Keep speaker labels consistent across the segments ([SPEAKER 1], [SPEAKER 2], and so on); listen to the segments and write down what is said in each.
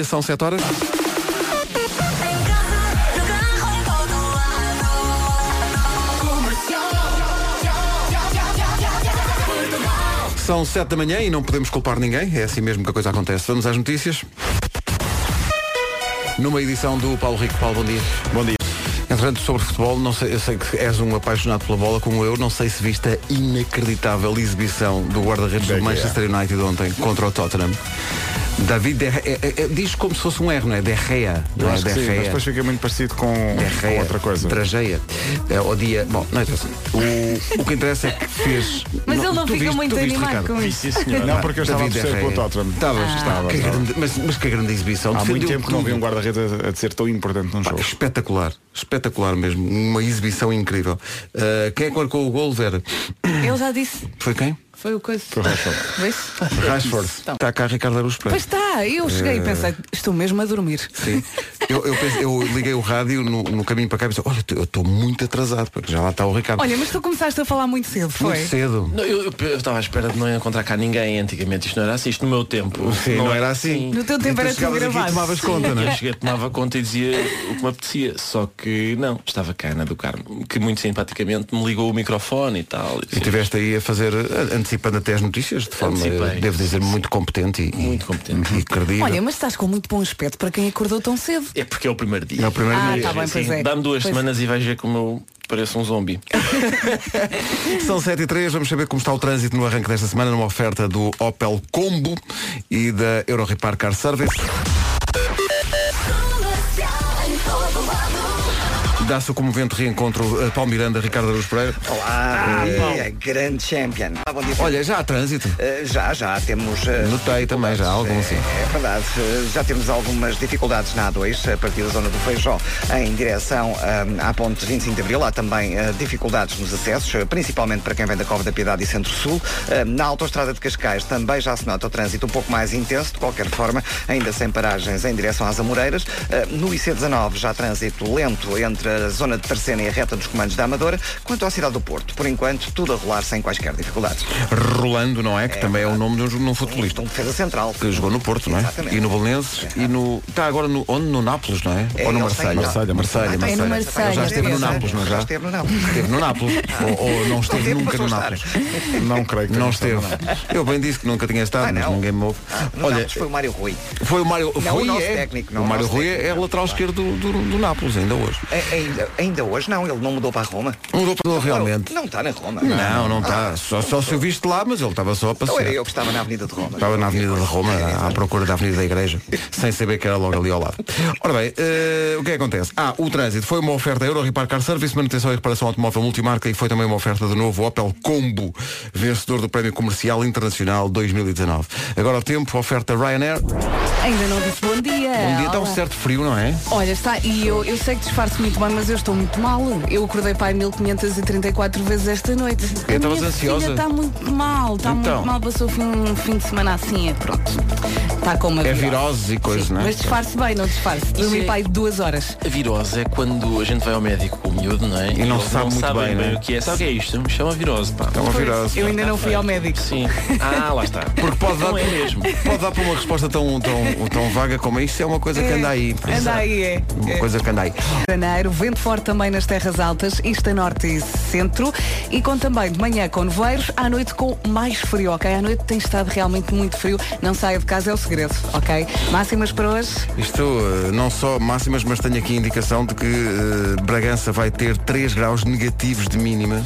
[SPEAKER 1] São 7 horas. São 7 da manhã e não podemos culpar ninguém. É assim mesmo que a coisa acontece. Vamos às notícias. Numa edição do Paulo Rico. Paulo, bom dia.
[SPEAKER 2] Bom dia.
[SPEAKER 1] Entretanto, sobre futebol, não sei, eu sei que és um apaixonado pela bola como eu, não sei se viste a inacreditável exibição do guarda-redes
[SPEAKER 2] É
[SPEAKER 1] do
[SPEAKER 2] que
[SPEAKER 1] Manchester United ontem contra o Tottenham. David De Gea- é- é- é- diz como se fosse um R, não é? Derreia.
[SPEAKER 2] Eu
[SPEAKER 1] Não é?
[SPEAKER 2] acho que sim, mas
[SPEAKER 1] Derreia.
[SPEAKER 2] depois fica muito parecido com, com
[SPEAKER 1] Derreia.
[SPEAKER 2] outra coisa.
[SPEAKER 1] Trajeia. É, o dia. Bom, não interessa. O, o que interessa é que fez.
[SPEAKER 3] Mas ele não
[SPEAKER 1] tu
[SPEAKER 3] fica
[SPEAKER 1] viste-
[SPEAKER 3] muito
[SPEAKER 1] tu viste,
[SPEAKER 3] animado
[SPEAKER 1] Ricardo?
[SPEAKER 3] com isso.
[SPEAKER 2] Não, porque eu estava a
[SPEAKER 1] David
[SPEAKER 2] torcer pelo
[SPEAKER 1] Derreia.
[SPEAKER 2] Tottenham.
[SPEAKER 3] Tá
[SPEAKER 1] Estavas,
[SPEAKER 2] Estava,
[SPEAKER 1] é Que
[SPEAKER 2] estava.
[SPEAKER 1] grande- mas, mas que grande exibição.
[SPEAKER 2] Há muito
[SPEAKER 1] Defendeu
[SPEAKER 2] tempo que não vi
[SPEAKER 1] tudo.
[SPEAKER 2] um guarda-redes a, a ser tão importante num
[SPEAKER 1] Pá,
[SPEAKER 2] jogo.
[SPEAKER 1] espetacular, espetacular mesmo. Uma exibição incrível. Ah, quem é que marcou o gol, Vera?
[SPEAKER 3] Ele já disse,
[SPEAKER 1] Foi quem?
[SPEAKER 3] foi o coisa.
[SPEAKER 2] Foi o Rashford.
[SPEAKER 3] Vês?
[SPEAKER 1] Rashford.
[SPEAKER 3] Então.
[SPEAKER 1] Está cá Ricardo Aruz Pereira.
[SPEAKER 3] Pois tá. está, eu cheguei e pensei, estou mesmo a dormir.
[SPEAKER 1] Eh, Sim. Eu, eu pensei- eu liguei o rádio no, no caminho para cá e pensei, olha, eu estou muito atrasado, porque já lá está o Ricardo.
[SPEAKER 3] Olha, mas tu começaste a falar muito cedo,
[SPEAKER 1] muito
[SPEAKER 3] foi?
[SPEAKER 1] cedo.
[SPEAKER 4] Não, eu eu estava à espera de não encontrar cá ninguém antigamente. Isto não era assim, isto no meu tempo. é
[SPEAKER 1] Sim, não era assim.
[SPEAKER 3] No teu tempo era tudo
[SPEAKER 1] chegavas aqui e
[SPEAKER 3] gravado.
[SPEAKER 1] tomavas conta, não
[SPEAKER 4] Eu
[SPEAKER 1] é?
[SPEAKER 4] cheguei, tomava conta e dizia o que me apetecia. Só que não, estava cá a Ana do Carmo, que muito simpaticamente me ligou o microfone e tal.
[SPEAKER 1] E estiveste aí a fazer, a- antecipando até as notícias, de forma,
[SPEAKER 4] Antecipei.
[SPEAKER 1] eu devo dizer, muito competente e,
[SPEAKER 4] Muito competente.
[SPEAKER 1] e credível.
[SPEAKER 3] Olha, mas estás com muito bom aspecto para quem acordou tão cedo.
[SPEAKER 4] É porque é o primeiro dia.
[SPEAKER 1] É o primeiro
[SPEAKER 3] Ah,
[SPEAKER 1] dia.
[SPEAKER 3] tá bem, pois
[SPEAKER 4] Sim,
[SPEAKER 3] é.
[SPEAKER 4] Dá-me duas
[SPEAKER 3] Pois-
[SPEAKER 4] semanas e vais ver como eu pareço um zombi.
[SPEAKER 1] São 7 e 3, vamos saber como está o trânsito no arranque desta semana, numa oferta do Opel Combo e da Euro Repar Car Service. Dá-se o comovente reencontro eh, Paulo Miranda, Ricardo Aruz Pereira.
[SPEAKER 5] Olá, é, grande champion. Olá, bom dia.
[SPEAKER 1] Olha, já há trânsito.
[SPEAKER 5] Eh, já, já temos. eh,
[SPEAKER 1] Notei também já algum,
[SPEAKER 5] eh,
[SPEAKER 1] sim.
[SPEAKER 5] É verdade, eh, já temos algumas dificuldades na A2, a partir da zona do Feijó, em direção eh, à ponte 25 de Abril. Há também eh, dificuldades nos acessos, eh, principalmente para quem vem da Cova da Piedade e Centro-Sul. Eh, na Autostrada de Cascais também já se nota o trânsito um pouco mais intenso, de qualquer forma, ainda sem paragens em direção às Amoreiras. Eh, no IC19 já trânsito lento entre a zona de Terceira e a reta dos comandos da Amadora. Quanto à cidade do Porto, por enquanto, tudo a rolar sem quaisquer dificuldades.
[SPEAKER 1] Rolando, não é? Que também é o nome de um, de um futebolista.
[SPEAKER 5] Um defesa central.
[SPEAKER 1] Que jogou no Porto, não é?
[SPEAKER 5] Exatamente.
[SPEAKER 1] E no Belenenses e no. Está agora no. Onde? No Nápoles, não é?
[SPEAKER 5] É,
[SPEAKER 1] Ou no
[SPEAKER 5] ele
[SPEAKER 1] Marselha?
[SPEAKER 5] está em-
[SPEAKER 1] Marselha,
[SPEAKER 3] Ah, é
[SPEAKER 1] Marselha.
[SPEAKER 3] no Marselha.
[SPEAKER 1] Já esteve no
[SPEAKER 3] Marselha.
[SPEAKER 1] Nápoles, não é?
[SPEAKER 5] Já
[SPEAKER 1] Já
[SPEAKER 5] esteve no Nápoles.
[SPEAKER 1] esteve no Nápoles. Ou, ou não esteve
[SPEAKER 5] teve,
[SPEAKER 1] nunca no
[SPEAKER 5] passou a
[SPEAKER 1] Nápoles.
[SPEAKER 2] Não creio que
[SPEAKER 1] Não
[SPEAKER 2] tenha
[SPEAKER 1] esteve.
[SPEAKER 2] estado,
[SPEAKER 1] Eu bem disse que nunca tinha estado,
[SPEAKER 5] Ah,
[SPEAKER 1] mas
[SPEAKER 5] não.
[SPEAKER 1] ninguém me ouve.
[SPEAKER 5] No
[SPEAKER 1] Olha,
[SPEAKER 5] Nápoles foi o Mário Rui.
[SPEAKER 1] foi o Mário
[SPEAKER 5] Não, o
[SPEAKER 1] Rui.
[SPEAKER 5] nosso
[SPEAKER 1] é.
[SPEAKER 5] técnico, não,
[SPEAKER 1] o
[SPEAKER 5] o
[SPEAKER 1] Mário
[SPEAKER 5] nosso
[SPEAKER 1] Rui
[SPEAKER 5] técnico.
[SPEAKER 1] é lateral esquerdo do, do, do Nápoles, ainda hoje.
[SPEAKER 5] A- Ainda, ainda hoje não, ele não mudou para a Roma.
[SPEAKER 1] Mudou para realmente.
[SPEAKER 5] Não está na Roma.
[SPEAKER 1] Não, não está. Só, só se o viste lá, mas ele estava só a
[SPEAKER 5] Ou
[SPEAKER 1] passear.
[SPEAKER 5] era eu É, que estava na Avenida de Roma.
[SPEAKER 1] Estava na Avenida de Roma, à procura da Avenida da Igreja, sem saber que era logo ali ao lado. Ora bem, eh, o que é que acontece? Ah, o trânsito foi uma oferta Euro Repar Car Service, manutenção e reparação automóvel multimarca e foi também uma oferta do novo Opel Combo, vencedor do Prémio Comercial Internacional 2019. Agora o tempo, oferta Ryanair.
[SPEAKER 3] Ainda não disse bom dia.
[SPEAKER 1] Um dia está um
[SPEAKER 3] Olá.
[SPEAKER 1] certo frio, não é?
[SPEAKER 3] Olha, está, e eu, eu sei que disfarço muito bem, mas eu estou muito mal. Eu acordei pai 1534 vezes esta noite.
[SPEAKER 1] Eu
[SPEAKER 3] A
[SPEAKER 1] estavas
[SPEAKER 3] minha filha
[SPEAKER 1] ansiosa?
[SPEAKER 3] Está muito mal, está
[SPEAKER 1] Então.
[SPEAKER 3] muito mal. Passou fim- um fim de semana assim, é pronto. Está com uma
[SPEAKER 1] É
[SPEAKER 3] virose.
[SPEAKER 1] viroses e coisas,
[SPEAKER 3] Sim,
[SPEAKER 1] não é?
[SPEAKER 3] Mas disfarce bem, não disfarce. Dormi
[SPEAKER 4] é-
[SPEAKER 3] pai duas horas.
[SPEAKER 4] A virose é quando a gente vai ao médico com o miúdo, não é? E
[SPEAKER 1] não
[SPEAKER 4] eles
[SPEAKER 1] sabe muito
[SPEAKER 4] sabem
[SPEAKER 1] bem, não é?
[SPEAKER 4] o que é. Sabe o que é isto? Chama virose, pá.
[SPEAKER 1] É uma virose.
[SPEAKER 3] Eu ainda não fui ao médico.
[SPEAKER 4] Sim. Ah, lá está.
[SPEAKER 1] Porque pode dar,
[SPEAKER 4] Não é mesmo.
[SPEAKER 1] pode dar para uma resposta tão, tão, tão vaga como isto, é uma coisa que anda aí.
[SPEAKER 3] Anda aí, é.
[SPEAKER 1] Uma
[SPEAKER 3] É.
[SPEAKER 1] coisa que anda aí.
[SPEAKER 3] Janeiro, vento forte também nas terras altas, isto a norte e centro, e com também de manhã com nevoeiros, à noite com mais frio, ok? À noite tem estado realmente muito frio, não saia de casa, é o segredo, ok? Máximas para hoje,
[SPEAKER 1] Isto eh, não só máximas, mas tenho aqui a indicação de que eh, Bragança vai ter 3 graus negativos de mínima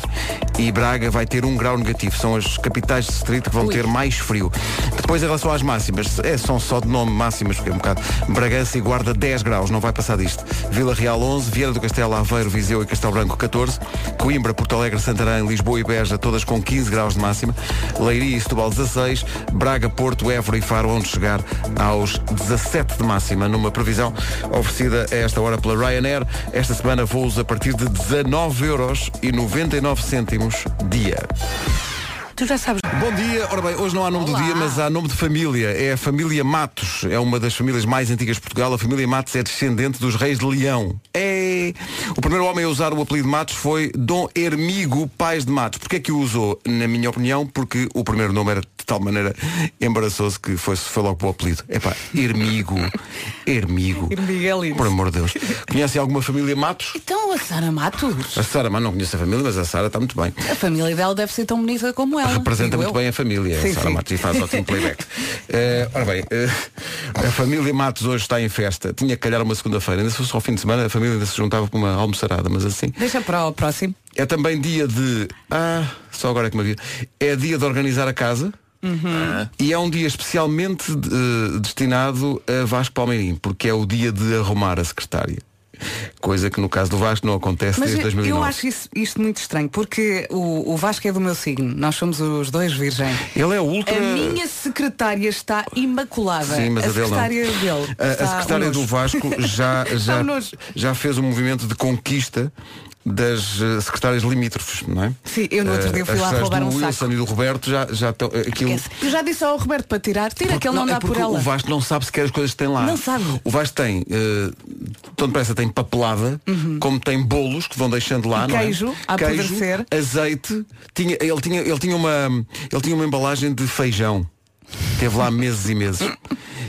[SPEAKER 1] e Braga vai ter 1 grau negativo. São as capitais de distrito que vão
[SPEAKER 3] Ui.
[SPEAKER 1] ter mais frio. Depois, em relação às máximas, é, são só de nome máximas, porque é um bocado. Bragança e Guarda 10 graus, não vai passar disto. Vila Real 11, Vieira do Castelo, Aveiro, Viseu e Castelo Branco 14, Coimbra, Porto Alegre, Santarém, Lisboa e Beja, todas com 15 graus de máxima, Leiria e Setúbal 16, Braga, Porto, Évora e Faro, onde chegar aos 17 de máxima, numa previsão oferecida a esta hora pela Ryanair. Esta semana voos a partir de 19 euros e 99 cêntimos dia.
[SPEAKER 3] tu já sabes.
[SPEAKER 1] Bom dia, ora bem, hoje não há nome do
[SPEAKER 3] Olá.
[SPEAKER 1] dia, mas há nome de família. É a família Matos, é uma das famílias mais antigas de Portugal. A família Matos é descendente dos reis de Leão. É... O primeiro homem a usar o apelido Matos foi Dom Hermigo Pais de Matos. Porquê é que o usou? Na minha opinião, porque o primeiro nome era de tal maneira embaraçoso que foi, foi logo para o apelido. Epá, Hermigo. Hermigo.
[SPEAKER 3] Hermigo é lindo.
[SPEAKER 1] Por amor de Deus. Conhece alguma família Matos?
[SPEAKER 3] Então a Sara Matos,
[SPEAKER 1] A Sara, mas não conheço a família, mas a Sara está muito bem.
[SPEAKER 3] a família dela deve ser tão bonita como ela.
[SPEAKER 1] Representa
[SPEAKER 3] digo
[SPEAKER 1] muito
[SPEAKER 3] eu.
[SPEAKER 1] bem a família,
[SPEAKER 3] Sim,
[SPEAKER 1] a Sara
[SPEAKER 3] sim.
[SPEAKER 1] Matos, e faz ótimo playback. Eh, ora bem, eh, a família Matos hoje está em festa. Tinha que calhar uma segunda-feira, ainda se fosse ao fim de semana, a família ainda se juntava para uma almoçarada, mas assim.
[SPEAKER 3] Deixa para o próximo.
[SPEAKER 1] É também dia de. Ah, só agora é que me havia. É dia de organizar a casa.
[SPEAKER 3] Uhum.
[SPEAKER 1] E é um dia especialmente eh, destinado a Vasco Palmeirim, porque é o dia de arrumar a secretária. Coisa que no caso do Vasco não acontece
[SPEAKER 3] Mas
[SPEAKER 1] desde
[SPEAKER 3] eu,
[SPEAKER 1] 2009.
[SPEAKER 3] eu acho isso- isto muito estranho, porque o, o Vasco é do meu signo, nós somos os dois virgem.
[SPEAKER 1] Ele é ultra.
[SPEAKER 3] A minha secretária está imaculada.
[SPEAKER 1] Sim, mas a,
[SPEAKER 3] a
[SPEAKER 1] dele não. Eh,
[SPEAKER 3] secretária dele.
[SPEAKER 1] A- A,
[SPEAKER 3] está
[SPEAKER 1] secretária
[SPEAKER 3] um
[SPEAKER 1] do
[SPEAKER 3] nojo.
[SPEAKER 1] Vasco já,
[SPEAKER 3] Está
[SPEAKER 1] já,
[SPEAKER 3] um nojo.
[SPEAKER 1] já fez um movimento de conquista das eh, secretárias limítrofes, não é?
[SPEAKER 3] Sim, eu no outro
[SPEAKER 1] Eh,
[SPEAKER 3] dia fui
[SPEAKER 1] as
[SPEAKER 3] lá
[SPEAKER 1] secretárias
[SPEAKER 3] roubar um
[SPEAKER 1] do
[SPEAKER 3] saco.
[SPEAKER 1] Wilson e do Roberto já, já estão. eh, Aquilo...
[SPEAKER 3] Esquece. Eu já disse ao Roberto para tirar, tira
[SPEAKER 1] Porque
[SPEAKER 3] que ele não,
[SPEAKER 1] é
[SPEAKER 3] dá por
[SPEAKER 1] porque
[SPEAKER 3] ela.
[SPEAKER 1] O Vasco não sabe sequer as coisas que tem lá.
[SPEAKER 3] Não sabe.
[SPEAKER 1] O Vasco tem, eh, tão depressa tem papelada, como tem bolos que vão deixando lá,
[SPEAKER 3] Uhum. E
[SPEAKER 1] não é?
[SPEAKER 3] queijo a apodrecer.
[SPEAKER 1] azeite. Tinha, ele, tinha, ele, tinha uma, ele tinha uma embalagem de feijão. Teve lá meses e meses.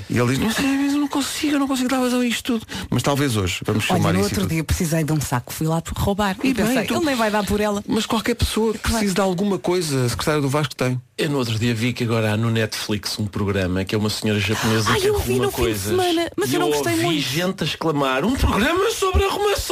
[SPEAKER 1] E ele diz, não sei, mas eu não consigo, eu não consigo dar vazão a isto tudo. Mas talvez hoje, vamos
[SPEAKER 3] Olha,
[SPEAKER 1] chamar isso.
[SPEAKER 3] no
[SPEAKER 1] e
[SPEAKER 3] outro
[SPEAKER 1] tudo.
[SPEAKER 3] dia precisei de um saco, fui lá roubar. E,
[SPEAKER 1] E bem,
[SPEAKER 3] pensei,
[SPEAKER 1] tu-
[SPEAKER 3] ele nem vai dar por ela.
[SPEAKER 1] Mas qualquer pessoa que precise de alguma coisa, a secretária do Vasco tem.
[SPEAKER 4] Eu no outro dia vi que agora há no Netflix um programa que é uma senhora japonesa
[SPEAKER 3] Ai,
[SPEAKER 4] que
[SPEAKER 3] eu vi
[SPEAKER 4] arruma
[SPEAKER 3] no fim de
[SPEAKER 4] coisas.
[SPEAKER 3] semana, mas
[SPEAKER 4] e
[SPEAKER 3] eu não gostei
[SPEAKER 4] ouvi
[SPEAKER 3] muito.
[SPEAKER 4] gente a exclamar, um programa sobre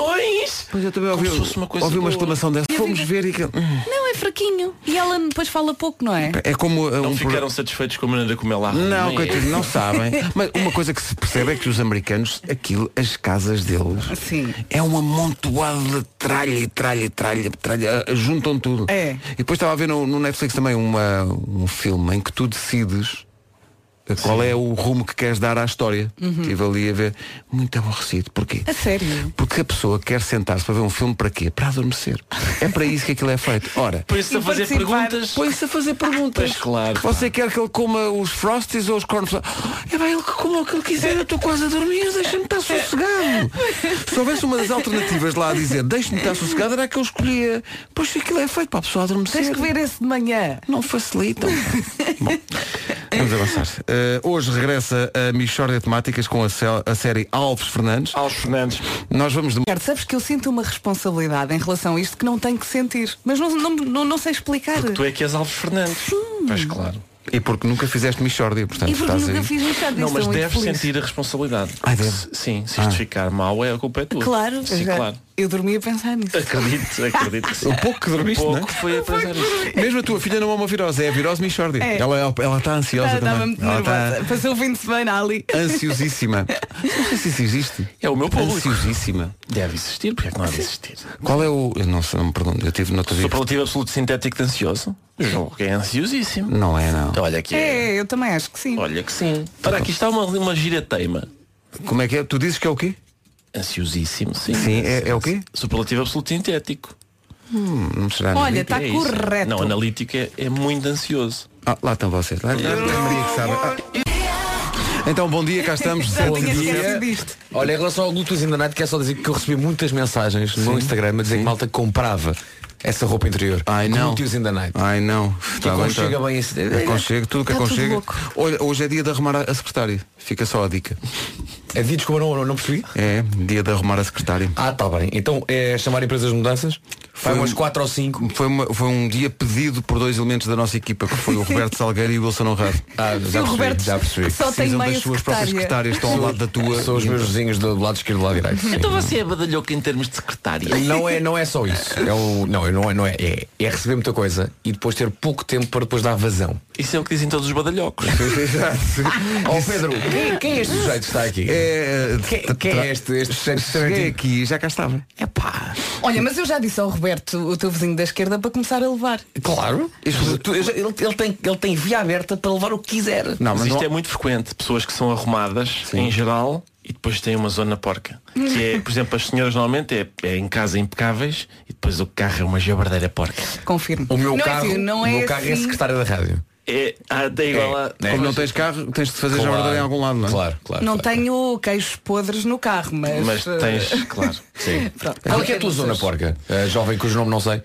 [SPEAKER 4] arrumações!
[SPEAKER 1] Pois eu também
[SPEAKER 4] Como
[SPEAKER 1] ouvi,
[SPEAKER 4] se fosse uma coisa
[SPEAKER 1] ouvi uma
[SPEAKER 4] boa.
[SPEAKER 1] exclamação dessa.
[SPEAKER 3] E a
[SPEAKER 1] Fomos
[SPEAKER 3] vida?
[SPEAKER 1] ver e que. hum,
[SPEAKER 3] Não, é fraquinho. E ela depois fala pouco, não é?
[SPEAKER 1] É como eh, um
[SPEAKER 4] Não
[SPEAKER 1] pro-
[SPEAKER 4] ficaram satisfeitos com a maneira como ela arruma.
[SPEAKER 1] Não,
[SPEAKER 4] é?
[SPEAKER 1] coitado, não sabem. Mas uma coisa que se percebe é que os americanos, aquilo, as casas deles,
[SPEAKER 3] Sim.
[SPEAKER 1] é um amontoado de tralha, e tralha, e tralha, tralha, ah, juntam tudo.
[SPEAKER 3] É.
[SPEAKER 1] E depois estava a ver no, no Netflix também uma, um filme em que tu decides qual é o rumo que queres dar à história. Estive ali a ver. Muito aborrecido. Porquê?
[SPEAKER 3] A sério.
[SPEAKER 1] Porque a pessoa quer sentar-se para ver um filme para quê? Para adormecer. É para isso que aquilo é feito. Ora,
[SPEAKER 4] Põe-se
[SPEAKER 3] E
[SPEAKER 4] a fazer
[SPEAKER 3] participar.
[SPEAKER 4] perguntas.
[SPEAKER 1] Põe-se a fazer perguntas.
[SPEAKER 4] Pois claro, pá.
[SPEAKER 1] Você quer que ele coma os Frosties ou os cornflakes? É bem, ele que coma o que ele quiser, eu estou quase a dormir, deixa-me estar sossegado. Se houvesse uma das alternativas lá a dizer deixa-me estar sossegado, era a que eu escolhia. Pois aquilo é feito para a pessoa adormecer.
[SPEAKER 3] Tens que ver esse de manhã.
[SPEAKER 1] Não facilitam. Bom, vamos avançar. Eh, hoje regressa a Michórdia de Temáticas com a, sé- a série Alves Fernandes.
[SPEAKER 4] Alves Fernandes.
[SPEAKER 1] Nós vamos de
[SPEAKER 3] Ricardo, sabes que eu sinto uma responsabilidade em relação a isto que não tenho que sentir. Mas não, não, não, não sei explicar.
[SPEAKER 4] Tu é que és Alves Fernandes. Pois claro.
[SPEAKER 1] E porque nunca fizeste Michórdia, portanto
[SPEAKER 3] E porque
[SPEAKER 1] estás
[SPEAKER 3] nunca
[SPEAKER 1] aí.
[SPEAKER 3] fiz Ricardo.
[SPEAKER 4] Não,
[SPEAKER 3] estou
[SPEAKER 4] mas
[SPEAKER 3] é muito
[SPEAKER 4] deves
[SPEAKER 3] feliz.
[SPEAKER 4] sentir a responsabilidade.
[SPEAKER 1] Ah, deve?
[SPEAKER 4] Se- Sim, se isto ficar mal é a culpa é tua.
[SPEAKER 3] Claro,
[SPEAKER 4] Sim,
[SPEAKER 3] já-
[SPEAKER 4] claro.
[SPEAKER 3] eu dormi a pensar nisso.
[SPEAKER 4] Acredito, acredito que sim.
[SPEAKER 1] O pouco que dormiste,
[SPEAKER 4] pouco
[SPEAKER 1] não é?
[SPEAKER 4] foi a pensar nisso.
[SPEAKER 1] Mesmo a tua filha não é uma virose, é a virose Michordi.
[SPEAKER 3] É.
[SPEAKER 1] Ela ela está ansiosa
[SPEAKER 3] Ah, Estava
[SPEAKER 1] também.
[SPEAKER 3] muito
[SPEAKER 1] Ela tá-
[SPEAKER 3] nervosa.
[SPEAKER 1] está
[SPEAKER 3] Passou o fim de semana ali.
[SPEAKER 1] ansiosíssima. Não sei se isso existe.
[SPEAKER 4] É o meu público.
[SPEAKER 1] Ansiosíssima.
[SPEAKER 4] Deve existir, porque é que não há de existir?
[SPEAKER 1] Qual é o. Eu não sei, não me pergunto. Eu tive no outro dia.
[SPEAKER 4] Superlativo absoluto sintético de ansioso? Jogo que é ansiosíssimo.
[SPEAKER 1] Não é, não.
[SPEAKER 4] Então, olha que é.
[SPEAKER 3] É, eu também acho que sim.
[SPEAKER 4] Olha que sim. Para aqui está uma, uma girateima.
[SPEAKER 1] Como é que é? Tu dizes que é o quê?
[SPEAKER 4] Ansiosíssimo, sim.
[SPEAKER 1] Sim, é, é o quê?
[SPEAKER 4] Superlativo absoluto sintético.
[SPEAKER 1] Não será.
[SPEAKER 3] Olha, está
[SPEAKER 4] É isso.
[SPEAKER 3] correto.
[SPEAKER 4] Não, analítico é, é muito ansioso.
[SPEAKER 1] Ah, lá estão vocês. Lá, lá- Maria que sabe. Ah. Então, bom dia, cá estamos.
[SPEAKER 3] Já
[SPEAKER 1] Bom
[SPEAKER 3] tinha
[SPEAKER 1] dia.
[SPEAKER 3] esquecido isto.
[SPEAKER 6] Olha, em relação ao glúteos in the night, quero só dizer que eu recebi muitas mensagens no Instagram a dizer que malta comprava essa roupa interior.
[SPEAKER 1] Ai não.
[SPEAKER 6] Glúteos in the night.
[SPEAKER 1] Ai não. Tá bem,
[SPEAKER 6] aconchega
[SPEAKER 1] tá.
[SPEAKER 6] bem esse- é,
[SPEAKER 1] Aconchega, tudo que
[SPEAKER 3] Tá tudo
[SPEAKER 1] aconchega.
[SPEAKER 3] louco.
[SPEAKER 1] Olha, hoje é dia de arrumar a a secretária. Fica só a dica.
[SPEAKER 6] É de desculpa, não, não, não percebi?
[SPEAKER 1] É dia de arrumar a secretária.
[SPEAKER 6] Ah, tá bem. Então é chamar empresas de mudanças? Foi
[SPEAKER 1] Foi
[SPEAKER 6] umas
[SPEAKER 1] um-
[SPEAKER 6] 4 ou 5.
[SPEAKER 1] Foi, uma- foi um dia pedido por dois elementos da nossa equipa, que foi o Roberto Salgueiro e o Wilson Honrado.
[SPEAKER 6] Ah,
[SPEAKER 3] E
[SPEAKER 6] já
[SPEAKER 3] o Roberto
[SPEAKER 6] percebi, já percebi.
[SPEAKER 3] só tem
[SPEAKER 1] Precisam
[SPEAKER 3] meia
[SPEAKER 1] das suas próprias
[SPEAKER 3] secretária.
[SPEAKER 1] secretárias, estão ao lado da tua.
[SPEAKER 6] São os meus vizinhos do lado esquerdo e do lado direito. sim.
[SPEAKER 4] Então você é badalhoca em termos de secretária.
[SPEAKER 6] Não é, não é só isso. É o, não, é- não é, não é, é. É receber muita coisa e depois ter pouco tempo para depois dar vazão.
[SPEAKER 4] Isso é o que dizem todos os badalhocos.
[SPEAKER 6] Ó Pedro, quem, quem é este sujeito que está aqui?
[SPEAKER 1] É,
[SPEAKER 6] Quem,
[SPEAKER 1] tra-
[SPEAKER 6] quem é este, este sujeito que está
[SPEAKER 1] Cheguei
[SPEAKER 6] aqui?
[SPEAKER 1] aqui e já cá estava.
[SPEAKER 6] É pá.
[SPEAKER 3] Olha, mas eu já disse ao Roberto, o teu vizinho da esquerda, para começar a levar.
[SPEAKER 6] Claro. ele, tem, via aberta para levar o que quiser.
[SPEAKER 1] Não,
[SPEAKER 4] Mas
[SPEAKER 1] mas
[SPEAKER 4] isto
[SPEAKER 1] não-
[SPEAKER 4] é muito frequente, pessoas que são arrumadas em geral e depois têm uma zona porca. Que é, por exemplo, as senhoras normalmente é, é em casa impecáveis e depois o carro é uma jabardeira porca.
[SPEAKER 3] Confirmo.
[SPEAKER 6] O meu
[SPEAKER 3] não
[SPEAKER 6] carro,
[SPEAKER 3] é, assim, não é,
[SPEAKER 6] o meu carro é
[SPEAKER 3] assim.
[SPEAKER 6] secretário da rádio.
[SPEAKER 4] É até igual a.
[SPEAKER 6] né?
[SPEAKER 1] como não tens carro, tens de fazer já em algum lado, não é?
[SPEAKER 6] Claro, claro.
[SPEAKER 3] Não
[SPEAKER 6] claro.
[SPEAKER 3] tenho queijos podres no carro, mas,
[SPEAKER 4] Mas
[SPEAKER 3] eh,
[SPEAKER 4] tens, claro.
[SPEAKER 6] Sim. Qual é que é a tua zona porca? A jovem cujo nome não sei.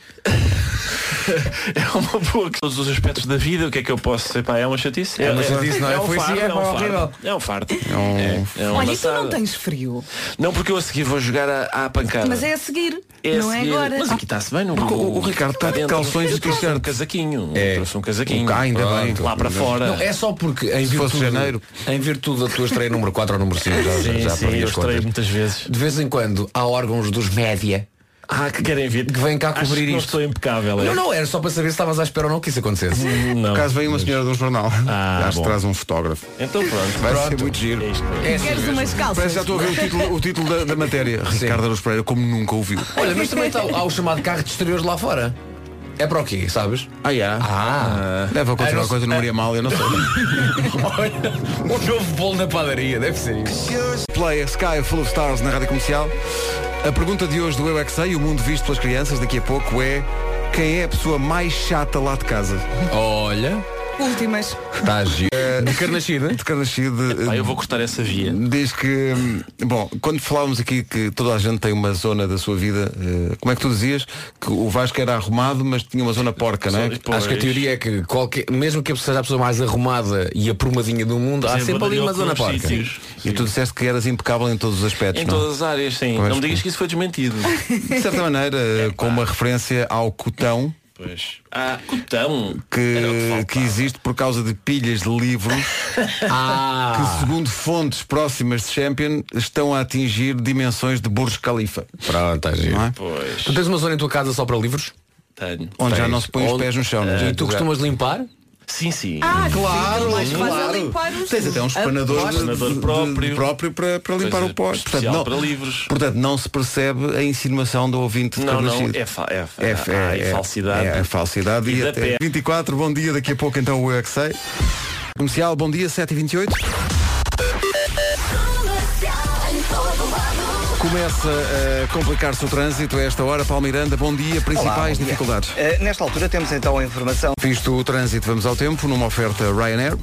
[SPEAKER 4] É uma boa que todos os aspectos da vida, o que é que eu posso ser? Pá, é uma chatice.
[SPEAKER 6] É uma chatice, não é?
[SPEAKER 4] um
[SPEAKER 6] Foi assim,
[SPEAKER 4] fardo,
[SPEAKER 6] é,
[SPEAKER 4] é um
[SPEAKER 6] pá, horrível.
[SPEAKER 4] fardo. É um fardo. É é um
[SPEAKER 3] Olha, e tu não
[SPEAKER 4] amassado.
[SPEAKER 3] tens frio.
[SPEAKER 4] Não, porque eu a seguir vou jogar à, à pancada.
[SPEAKER 3] Mas é a seguir,
[SPEAKER 4] É a
[SPEAKER 3] não é
[SPEAKER 4] seguir.
[SPEAKER 3] agora.
[SPEAKER 4] Mas aqui está-se bem, não
[SPEAKER 1] Porque o- o Ricardo está de
[SPEAKER 4] Dentro.
[SPEAKER 1] calções e
[SPEAKER 4] Eu trouxe
[SPEAKER 1] t-shirt.
[SPEAKER 4] um casaquinho.
[SPEAKER 6] É.
[SPEAKER 4] Eu Trouxe um casaquinho.
[SPEAKER 1] Ah, ainda bem.
[SPEAKER 4] Lá para fora.
[SPEAKER 6] Não, é só porque em
[SPEAKER 1] Se fosse
[SPEAKER 6] virtude,
[SPEAKER 1] janeiro.
[SPEAKER 6] em virtude da tua estreia número 4 ou número 5, já,
[SPEAKER 4] Sim,
[SPEAKER 6] já
[SPEAKER 4] sim,
[SPEAKER 6] perdi
[SPEAKER 4] eu
[SPEAKER 6] as contas.
[SPEAKER 4] estrei muitas vezes.
[SPEAKER 6] De vez em quando há órgãos dos média
[SPEAKER 4] Ah, que querem vir.
[SPEAKER 6] que vêm cá
[SPEAKER 4] Acho
[SPEAKER 6] cobrir
[SPEAKER 4] que não
[SPEAKER 6] isto.
[SPEAKER 4] estou impecável. é.
[SPEAKER 6] Não, não, era só para saber se estavas à espera ou não que isso acontecesse.
[SPEAKER 4] Não.
[SPEAKER 1] Caso venha uma senhora do jornal.
[SPEAKER 4] Ah,
[SPEAKER 1] Acho que
[SPEAKER 4] bom.
[SPEAKER 1] traz um fotógrafo.
[SPEAKER 4] Então pronto.
[SPEAKER 1] Vai
[SPEAKER 4] pronto.
[SPEAKER 1] ser muito giro.
[SPEAKER 4] É isto.
[SPEAKER 6] É assim
[SPEAKER 3] Queres
[SPEAKER 6] mesmo.
[SPEAKER 3] umas calças?
[SPEAKER 1] Parece que já estou a ver o título, o título da, da matéria. Ricardo Araújo Pereira, como nunca ouviu.
[SPEAKER 6] Olha, mas também está, há o chamado carro de exteriores lá fora. É para o quê, sabes?
[SPEAKER 1] Ah, yeah.
[SPEAKER 6] Ah.
[SPEAKER 1] Deve
[SPEAKER 6] Ah,
[SPEAKER 1] continuar
[SPEAKER 6] não
[SPEAKER 1] a
[SPEAKER 6] sei-
[SPEAKER 1] coisa no Maria Amália, não sei.
[SPEAKER 6] Olha, um novo bolo na padaria, deve ser isso.
[SPEAKER 1] Play a Sky Full of Stars na Rádio Comercial. A pergunta de hoje do Eu é Que Sei, o mundo visto pelas crianças, daqui a pouco é quem é a pessoa mais chata lá de casa?
[SPEAKER 6] Olha,
[SPEAKER 3] Últimas.
[SPEAKER 6] está giro. Eh, De Carnachida.
[SPEAKER 1] De Carnachide.
[SPEAKER 4] Pá, eu vou cortar essa via.
[SPEAKER 1] Diz que, hum, bom, quando falávamos aqui que toda a gente tem uma zona da sua vida, eh, como é que tu dizias? Que o Vasco era arrumado, mas tinha uma zona porca, não é?
[SPEAKER 4] Pois.
[SPEAKER 6] Acho que a teoria é que qualquer, mesmo que a pessoa seja a pessoa mais arrumada e aprumadinha do mundo, há
[SPEAKER 4] Sim,
[SPEAKER 6] sempre
[SPEAKER 4] vou
[SPEAKER 6] ali
[SPEAKER 4] dar
[SPEAKER 6] uma
[SPEAKER 4] alguns
[SPEAKER 6] zona porca.
[SPEAKER 4] sítios.
[SPEAKER 1] E tu disseste que eras impecável em todos os aspectos,
[SPEAKER 4] Em
[SPEAKER 1] não? é?
[SPEAKER 4] todas as áreas, sim.
[SPEAKER 1] Pois,
[SPEAKER 4] não me digas
[SPEAKER 1] pois.
[SPEAKER 4] que isso foi desmentido.
[SPEAKER 1] De certa maneira, eh, com uma referência ao cotão
[SPEAKER 4] pois. Ah, cotão. Era o
[SPEAKER 1] que,
[SPEAKER 4] faltava.
[SPEAKER 1] que existe por causa de pilhas de livros que,
[SPEAKER 6] Ah,
[SPEAKER 1] segundo fontes próximas de Champion, estão a atingir dimensões de Burj Khalifa,
[SPEAKER 6] pronto, está giro.
[SPEAKER 1] não é?
[SPEAKER 4] Pois.
[SPEAKER 6] Tu tens uma zona em tua casa só para livros?
[SPEAKER 4] Tenho.
[SPEAKER 1] Onde já
[SPEAKER 6] Tens.
[SPEAKER 1] não se põe os
[SPEAKER 6] Onde-
[SPEAKER 1] pés no chão, não é?
[SPEAKER 6] e tu
[SPEAKER 1] Já-
[SPEAKER 6] costumas limpar?
[SPEAKER 4] Sim, sim.
[SPEAKER 3] Ah, claro, mas claro. limpar os...
[SPEAKER 1] Tens até um espanador,
[SPEAKER 4] Aposto.
[SPEAKER 1] de- de- de-
[SPEAKER 4] próprio.
[SPEAKER 1] próprio para, para limpar
[SPEAKER 4] Coisa
[SPEAKER 1] o pó.
[SPEAKER 4] é, especial para livros.
[SPEAKER 1] portanto, não se percebe a insinuação do ouvinte de
[SPEAKER 4] Não, não,
[SPEAKER 1] Carnaxide.
[SPEAKER 4] é, fa é, fa
[SPEAKER 1] É,
[SPEAKER 4] ah, é
[SPEAKER 1] é-
[SPEAKER 4] falsidade.
[SPEAKER 1] É, é falsidade. E
[SPEAKER 4] E da
[SPEAKER 1] até
[SPEAKER 4] pé.
[SPEAKER 1] 24, bom dia, daqui a pouco então o Eu É Que Sei. Comercial, bom dia, 7h28. Começa a complicar-se o trânsito a esta hora. Paulo Miranda, bom dia. Principais
[SPEAKER 5] bom dia.
[SPEAKER 1] dificuldades.
[SPEAKER 5] Eh, nesta altura temos então a informação.
[SPEAKER 1] Visto o trânsito, vamos ao tempo, numa oferta Ryanair.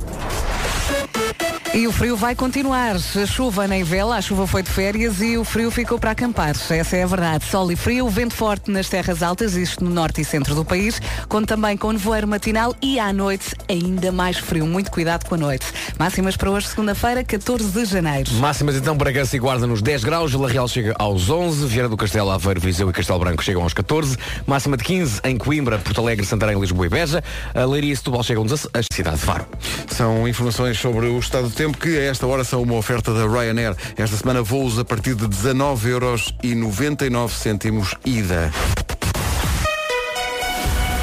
[SPEAKER 3] E o frio vai continuar. A chuva nem vela, a chuva foi de férias e o frio ficou para acampar. Essa é a verdade. Sol e frio, vento forte nas terras altas, isto no norte e centro do país, conta também com nevoeiro matinal e à noite ainda mais frio. Muito cuidado com a noite. Máximas para hoje, segunda-feira, 14 de janeiro.
[SPEAKER 6] Máximas então, Bragança e Guarda nos 10 graus, Vila Real chega aos 11, Vieira do Castelo, Aveiro, Viseu e Castelo Branco chegam aos 14, máxima de 15 em Coimbra, Porto Alegre, Santarém, Lisboa e Beja, a Leiria e Setúbal chegam aos 16, a cidade de Faro.
[SPEAKER 1] São informações sobre o estado do tempo que a esta hora são uma oferta da Ryanair. Esta semana voos a partir de 19,99€ ida.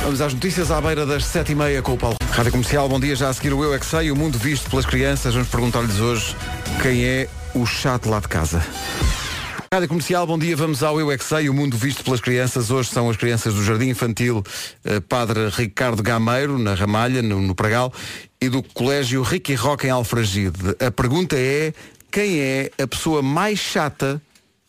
[SPEAKER 1] Vamos às notícias à beira das 7h30 com o Paulo. Rádio Comercial, bom dia. Já a seguir o Eu É Que Sei, o mundo visto pelas crianças. Vamos perguntar-lhes hoje quem é o chato lá de casa. Rádio Comercial, bom dia, vamos ao Eu É Que Sei, o mundo visto pelas crianças. Hoje são as crianças do Jardim Infantil eh, Padre Ricardo Gameiro, na Ramalha, no, no Pragal, e do Colégio Ricky Roque em Alfragide. A pergunta é, quem é a pessoa mais chata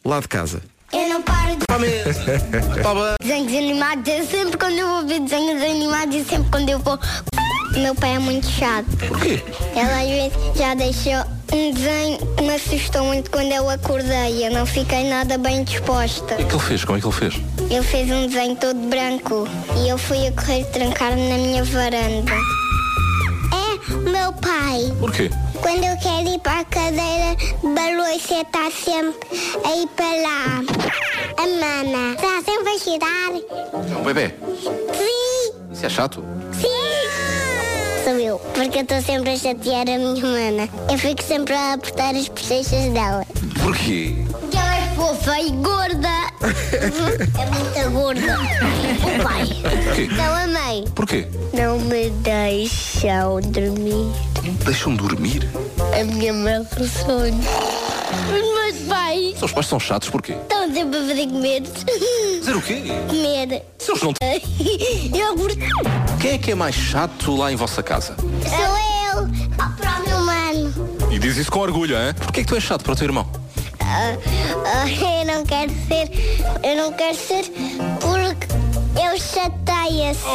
[SPEAKER 1] lá de casa?
[SPEAKER 7] Eu não paro de. Desenhos animados é sempre quando eu vou ver desenhos animados e sempre quando eu vou. Meu pai é muito chato.
[SPEAKER 1] Porquê?
[SPEAKER 7] Ela às vezes já deixou um desenho que me assustou muito quando eu acordei. Eu não fiquei nada bem disposta.
[SPEAKER 4] O que ele fez? Como é que ele fez?
[SPEAKER 7] Ele fez um desenho todo branco e eu fui a correr trancar-me na minha varanda. É o meu pai.
[SPEAKER 4] Porquê?
[SPEAKER 7] Quando eu quero ir para a cadeira de balanço, está tá sempre a ir para lá. A mana está sempre a girar.
[SPEAKER 8] Um bebê,
[SPEAKER 7] Sim,
[SPEAKER 8] isso é chato.
[SPEAKER 7] sim. Sou eu, porque eu estou sempre a chatear a minha mana. Eu fico sempre a apertar as bochechas dela.
[SPEAKER 8] Porquê?
[SPEAKER 7] Que ela é fofa e gorda. é muito gorda. O pai. Então a mãe.
[SPEAKER 8] Porquê?
[SPEAKER 7] Não me deixam dormir.
[SPEAKER 8] Deixam dormir?
[SPEAKER 7] A minha mãe com sono. Os meus pais
[SPEAKER 8] Os pais são chatos, porquê?
[SPEAKER 7] estão sempre a fazer comer.
[SPEAKER 8] Dizer o quê?
[SPEAKER 7] Comer. eh,
[SPEAKER 8] Se eles não...
[SPEAKER 7] Eu gordo.
[SPEAKER 8] Quem é que é mais chato lá em vossa casa?
[SPEAKER 7] Sou eu. ah, O próprio humano.
[SPEAKER 8] E diz isso com orgulho, hein? Porquê é que tu és chato para o teu irmão?
[SPEAKER 7] Ah, ah, eu não quero ser. Eu não quero ser porque eu chateia-se.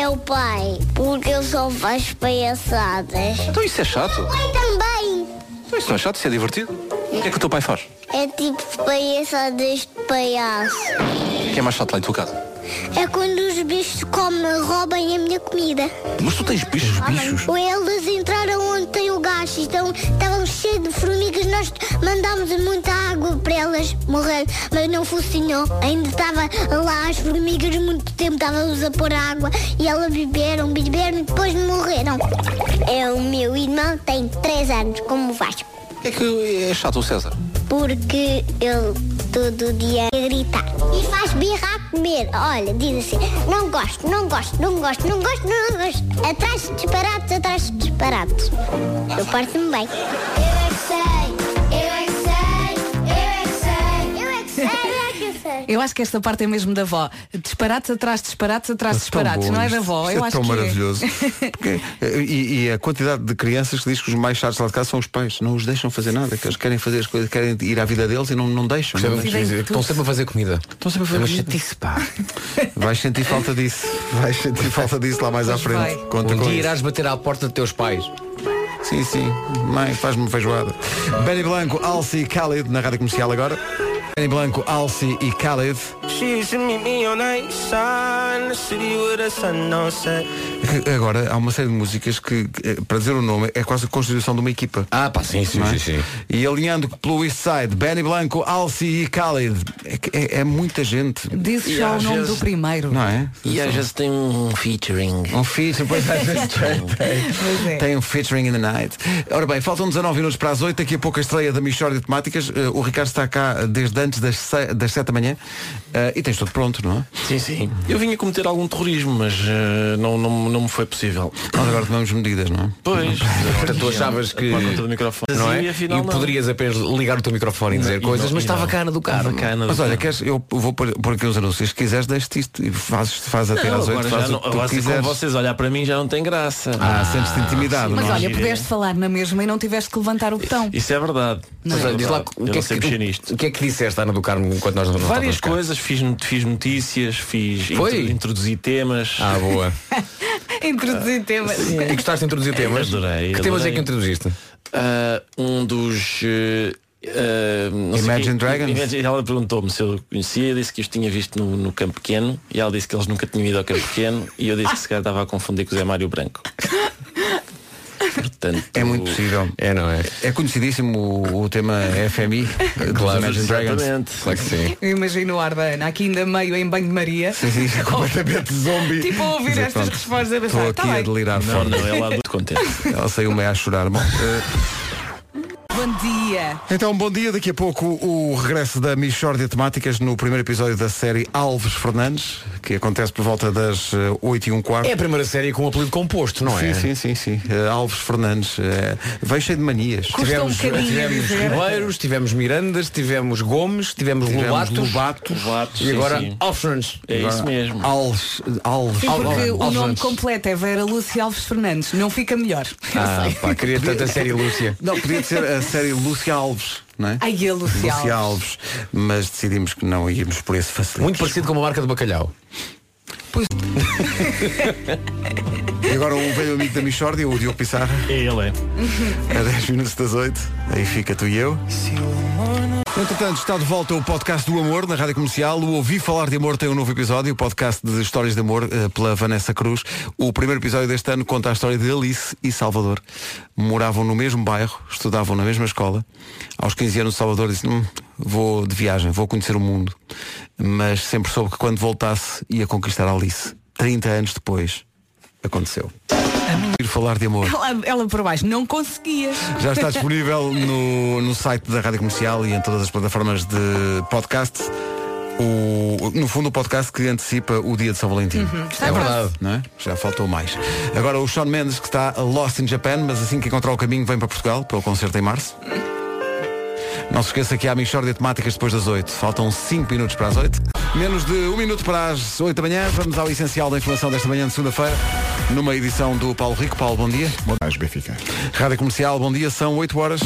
[SPEAKER 7] É o pai. Porque eu só faço palhaçadas.
[SPEAKER 8] Então isso é chato.
[SPEAKER 7] Mãe também.
[SPEAKER 8] Então isso não é chato, isso é divertido.
[SPEAKER 5] O que é que o teu pai faz?
[SPEAKER 7] É tipo palhaçada de palhaço.
[SPEAKER 5] O que é mais chato lá em tua casa?
[SPEAKER 7] É quando os bichos comem, roubam a minha comida.
[SPEAKER 5] Mas tu tens bichos?
[SPEAKER 7] Ou eles entraram onde tem o gás e estão, estavam cheios de formigas. Nós mandámos muita água para elas morrer, mas não funcionou. Ainda estava lá as formigas muito tempo, estávamos a pôr água e elas beberam, beberam e depois morreram. É o meu irmão, tem 3 anos, como o Vasco,
[SPEAKER 5] O que é que é chato o César?
[SPEAKER 7] porque ele todo dia grita e faz birra a comer. Olha, diz assim: não gosto, não gosto, não gosto, não gosto, não gosto. Atrás de disparados, atrás de disparados. Eu porto-me bem. Eu é que sei, eu é que sei, eu é que sei, eu é que sei, eu é que sei.
[SPEAKER 3] Eu acho que esta parte é mesmo da avó. Disparates atrás, de disparates atrás, de disparates.
[SPEAKER 1] bom
[SPEAKER 3] Não é
[SPEAKER 1] isto.
[SPEAKER 3] da avó,
[SPEAKER 1] Isto
[SPEAKER 3] eu
[SPEAKER 1] é
[SPEAKER 3] acho
[SPEAKER 1] tão
[SPEAKER 3] que
[SPEAKER 1] maravilhoso. Porque, eh, e, e a quantidade de crianças que diz que os mais chatos lá de casa são os pais. Não os deixam fazer nada, que eles querem fazer as coisas, querem ir à vida deles e não, não deixam.
[SPEAKER 6] é
[SPEAKER 1] Não é? deixam.
[SPEAKER 6] Estão sempre a fazer comida.
[SPEAKER 1] Estão sempre a fazer
[SPEAKER 6] É uma
[SPEAKER 1] comida.
[SPEAKER 6] chatice, pá.
[SPEAKER 1] Vais sentir falta disso. Vais sentir falta disso lá mais à
[SPEAKER 3] Pois
[SPEAKER 1] frente.
[SPEAKER 3] vai.
[SPEAKER 1] Conta
[SPEAKER 6] um
[SPEAKER 1] com
[SPEAKER 6] dia
[SPEAKER 1] isso.
[SPEAKER 6] irás bater à porta de teus pais.
[SPEAKER 1] Sim, sim. Mãe, faz-me uma feijoada. Benny Blanco, Alci e Khalid na rádio comercial agora. Benny Blanco, Alci e Khalid. Que Agora há uma série de músicas que, eh, para dizer o nome, é quase a constituição de uma equipa.
[SPEAKER 6] Ah, pá, sim, sim,
[SPEAKER 1] não é?
[SPEAKER 6] sim, sim.
[SPEAKER 1] E alinhando pelo East Side, Benny Blanco, Alci e Khalid. É, que- é- é muita gente,
[SPEAKER 3] Diz
[SPEAKER 4] E
[SPEAKER 3] já o
[SPEAKER 4] às
[SPEAKER 3] nome
[SPEAKER 4] vezes-
[SPEAKER 3] do primeiro.
[SPEAKER 1] não é?
[SPEAKER 4] E às vezes tem um featuring.
[SPEAKER 1] Um feat, depois às vezes tem, tem.
[SPEAKER 3] é.
[SPEAKER 1] Tem um featuring in the night. Ora bem, faltam 19 minutos para as 8, daqui a pouco a estreia da Michórdia de Temáticas. Eh, O Ricardo está cá desde antes das, se- das 7 da manhã Eh, e tens tudo pronto, não é?
[SPEAKER 4] Sim, sim. Eu vinha cometer algum terrorismo, mas eh, não, não, não me foi possível.
[SPEAKER 1] Nós agora tomamos medidas, não é?
[SPEAKER 4] Pois.
[SPEAKER 6] Portanto, tu achavas que-
[SPEAKER 4] Uma conta do microfone.
[SPEAKER 6] Não
[SPEAKER 4] Sim,
[SPEAKER 6] é?
[SPEAKER 4] E, afinal,
[SPEAKER 6] E
[SPEAKER 4] não.
[SPEAKER 6] poderias apenas ligar o teu microfone e dizer
[SPEAKER 4] E
[SPEAKER 6] coisas,
[SPEAKER 4] não-
[SPEAKER 6] mas
[SPEAKER 4] e
[SPEAKER 6] estava
[SPEAKER 4] não.
[SPEAKER 6] cana do
[SPEAKER 4] Estava
[SPEAKER 6] carro.
[SPEAKER 4] cana do
[SPEAKER 1] Mas olha,
[SPEAKER 4] carro.
[SPEAKER 1] queres, eu vou pôr, pôr aqui uns anúncios. Se quiseres, deixe-te isto e faz, faz até
[SPEAKER 4] Não,
[SPEAKER 1] às 8.
[SPEAKER 4] agora
[SPEAKER 1] Faz
[SPEAKER 4] já
[SPEAKER 1] o
[SPEAKER 4] não,
[SPEAKER 1] que tu
[SPEAKER 4] agora se com
[SPEAKER 1] quiseres.
[SPEAKER 4] vocês olhar para mim já não tem graça.
[SPEAKER 1] Ah, sentes-te intimidado,
[SPEAKER 3] Mas
[SPEAKER 1] não é?
[SPEAKER 3] olha, pudeste falar na mesma e não tiveste que levantar o botão.
[SPEAKER 4] Isso é verdade.
[SPEAKER 6] Mas
[SPEAKER 4] Isso é
[SPEAKER 6] olha, diz lá,
[SPEAKER 4] verdade.
[SPEAKER 6] o
[SPEAKER 4] Eu
[SPEAKER 6] que, é
[SPEAKER 4] não sei mexer
[SPEAKER 6] que,
[SPEAKER 4] nisto.
[SPEAKER 6] o que é que disseste, Ana do Carmo, enquanto nós não
[SPEAKER 4] Várias
[SPEAKER 6] estávamos cá?
[SPEAKER 4] coisas, fiz, fiz notícias, fiz
[SPEAKER 6] Foi?
[SPEAKER 4] intro- introduzi temas.
[SPEAKER 6] Ah, boa.
[SPEAKER 4] Ah.
[SPEAKER 3] Introduzir temas.
[SPEAKER 6] E gostaste de introduzir temas?
[SPEAKER 4] Adorei,
[SPEAKER 6] Que temas é
[SPEAKER 4] adorei.
[SPEAKER 6] que introduziste?
[SPEAKER 4] Ah, um dos. eh, ah, não sei
[SPEAKER 1] Imagine
[SPEAKER 4] quem-
[SPEAKER 1] Dragons?
[SPEAKER 4] Imagine- Ela perguntou-me se eu conhecia, eu disse que os tinha visto no, no Campo Pequeno e ela disse que eles nunca tinham ido ao Campo Pequeno e eu disse que se calhar estava a confundir com o Zé Mário Branco. Portanto,
[SPEAKER 1] É muito possível.
[SPEAKER 6] É, não é?
[SPEAKER 1] É conhecidíssimo o, o tema FMI dos
[SPEAKER 6] Claro.
[SPEAKER 1] Imagine Dragons.
[SPEAKER 4] Exatamente.
[SPEAKER 6] Claro que sim.
[SPEAKER 3] Eu imagino o ar da Ana, aqui ainda meio em banho-maria.
[SPEAKER 1] Sim, sim, completamente zombie.
[SPEAKER 3] Tipo, a ouvir
[SPEAKER 1] Quer dizer,
[SPEAKER 3] estas
[SPEAKER 1] pronto,
[SPEAKER 3] respostas a
[SPEAKER 1] Estou
[SPEAKER 3] pensar,
[SPEAKER 1] aqui
[SPEAKER 3] tá
[SPEAKER 1] a
[SPEAKER 3] bem.
[SPEAKER 1] delirar
[SPEAKER 4] Não,
[SPEAKER 1] fora.
[SPEAKER 4] não, ela é muito contente.
[SPEAKER 1] Ela saiu meio é a chorar. Bom, eh,
[SPEAKER 3] Bom dia.
[SPEAKER 1] então, bom dia. Daqui a pouco o regresso da Michórdia de Temáticas no primeiro episódio da série Alves Fernandes, que acontece por volta das 8 e um quarto.
[SPEAKER 6] É a primeira série com um apelido composto, não é?
[SPEAKER 1] Sim, sim, sim, sim. Eh, Alves Fernandes. eh, vem cheio de manias.
[SPEAKER 3] Custa um
[SPEAKER 6] Tivemos,
[SPEAKER 3] bocadinho
[SPEAKER 6] tivemos
[SPEAKER 3] dizer.
[SPEAKER 6] Ribeiros, tivemos Mirandas, tivemos Gomes, tivemos,
[SPEAKER 1] Tivemos
[SPEAKER 6] Lobatos,
[SPEAKER 1] Lobatos.
[SPEAKER 4] Lobatos,
[SPEAKER 6] e
[SPEAKER 4] sim,
[SPEAKER 6] agora
[SPEAKER 4] sim.
[SPEAKER 6] Alfrons.
[SPEAKER 4] É isso mesmo.
[SPEAKER 1] Alves. Alves.
[SPEAKER 3] Sim, porque o
[SPEAKER 6] Alves
[SPEAKER 3] nome
[SPEAKER 6] Antes.
[SPEAKER 3] completo é Vera Lúcia Alves Fernandes. Não fica melhor.
[SPEAKER 6] Ah, pá, queria tanta série Lúcia.
[SPEAKER 1] Não, podia ser a série Lúcia Alves, não é?
[SPEAKER 3] Ai, a
[SPEAKER 1] Lúcia
[SPEAKER 3] Lúcia Alves.
[SPEAKER 1] Alves. Mas decidimos que não íamos por esse facilito.
[SPEAKER 6] Muito parecido com uma marca de bacalhau.
[SPEAKER 1] E agora o velho amigo da Michórdia, o Diogo Pissarra,
[SPEAKER 4] É Ele é.
[SPEAKER 1] a 10 minutos das 8. Aí fica tu e eu. Entretanto, está de volta o podcast do Amor na Rádio Comercial. O Ouvi Falar de Amor tem um novo episódio, o podcast de Histórias de Amor eh, pela Vanessa Cruz. O primeiro episódio deste ano conta a história de Alice e Salvador. Moravam no mesmo bairro, estudavam na mesma escola. Aos 15 anos, Salvador disse: "Hum, Vou de viagem, vou conhecer o mundo. Mas sempre soube que quando voltasse ia conquistar a Alice. 30 anos depois, aconteceu. Ir falar de amor.
[SPEAKER 3] Ela, ela por baixo não conseguia.
[SPEAKER 1] Já está disponível no, no site da Rádio Comercial e em todas as plataformas de podcast. O, no fundo, o podcast que antecipa o dia de São Valentim.
[SPEAKER 3] Está quase.
[SPEAKER 1] Não é? Já faltou mais. Agora o Sean Mendes, que está lost in Japan, mas assim que encontrar o caminho, vem para Portugal para o concerto em março. Não se esqueça que há a Michórdia de Temáticas depois das 8. Faltam 5 minutos para as 8. Menos de 1 minuto para as 8 da manhã. Vamos ao essencial da informação desta manhã de segunda-feira, numa edição do Paulo Rico. Paulo, bom dia.
[SPEAKER 2] Mais Benfica.
[SPEAKER 1] Rádio Comercial, bom dia, são 8 horas.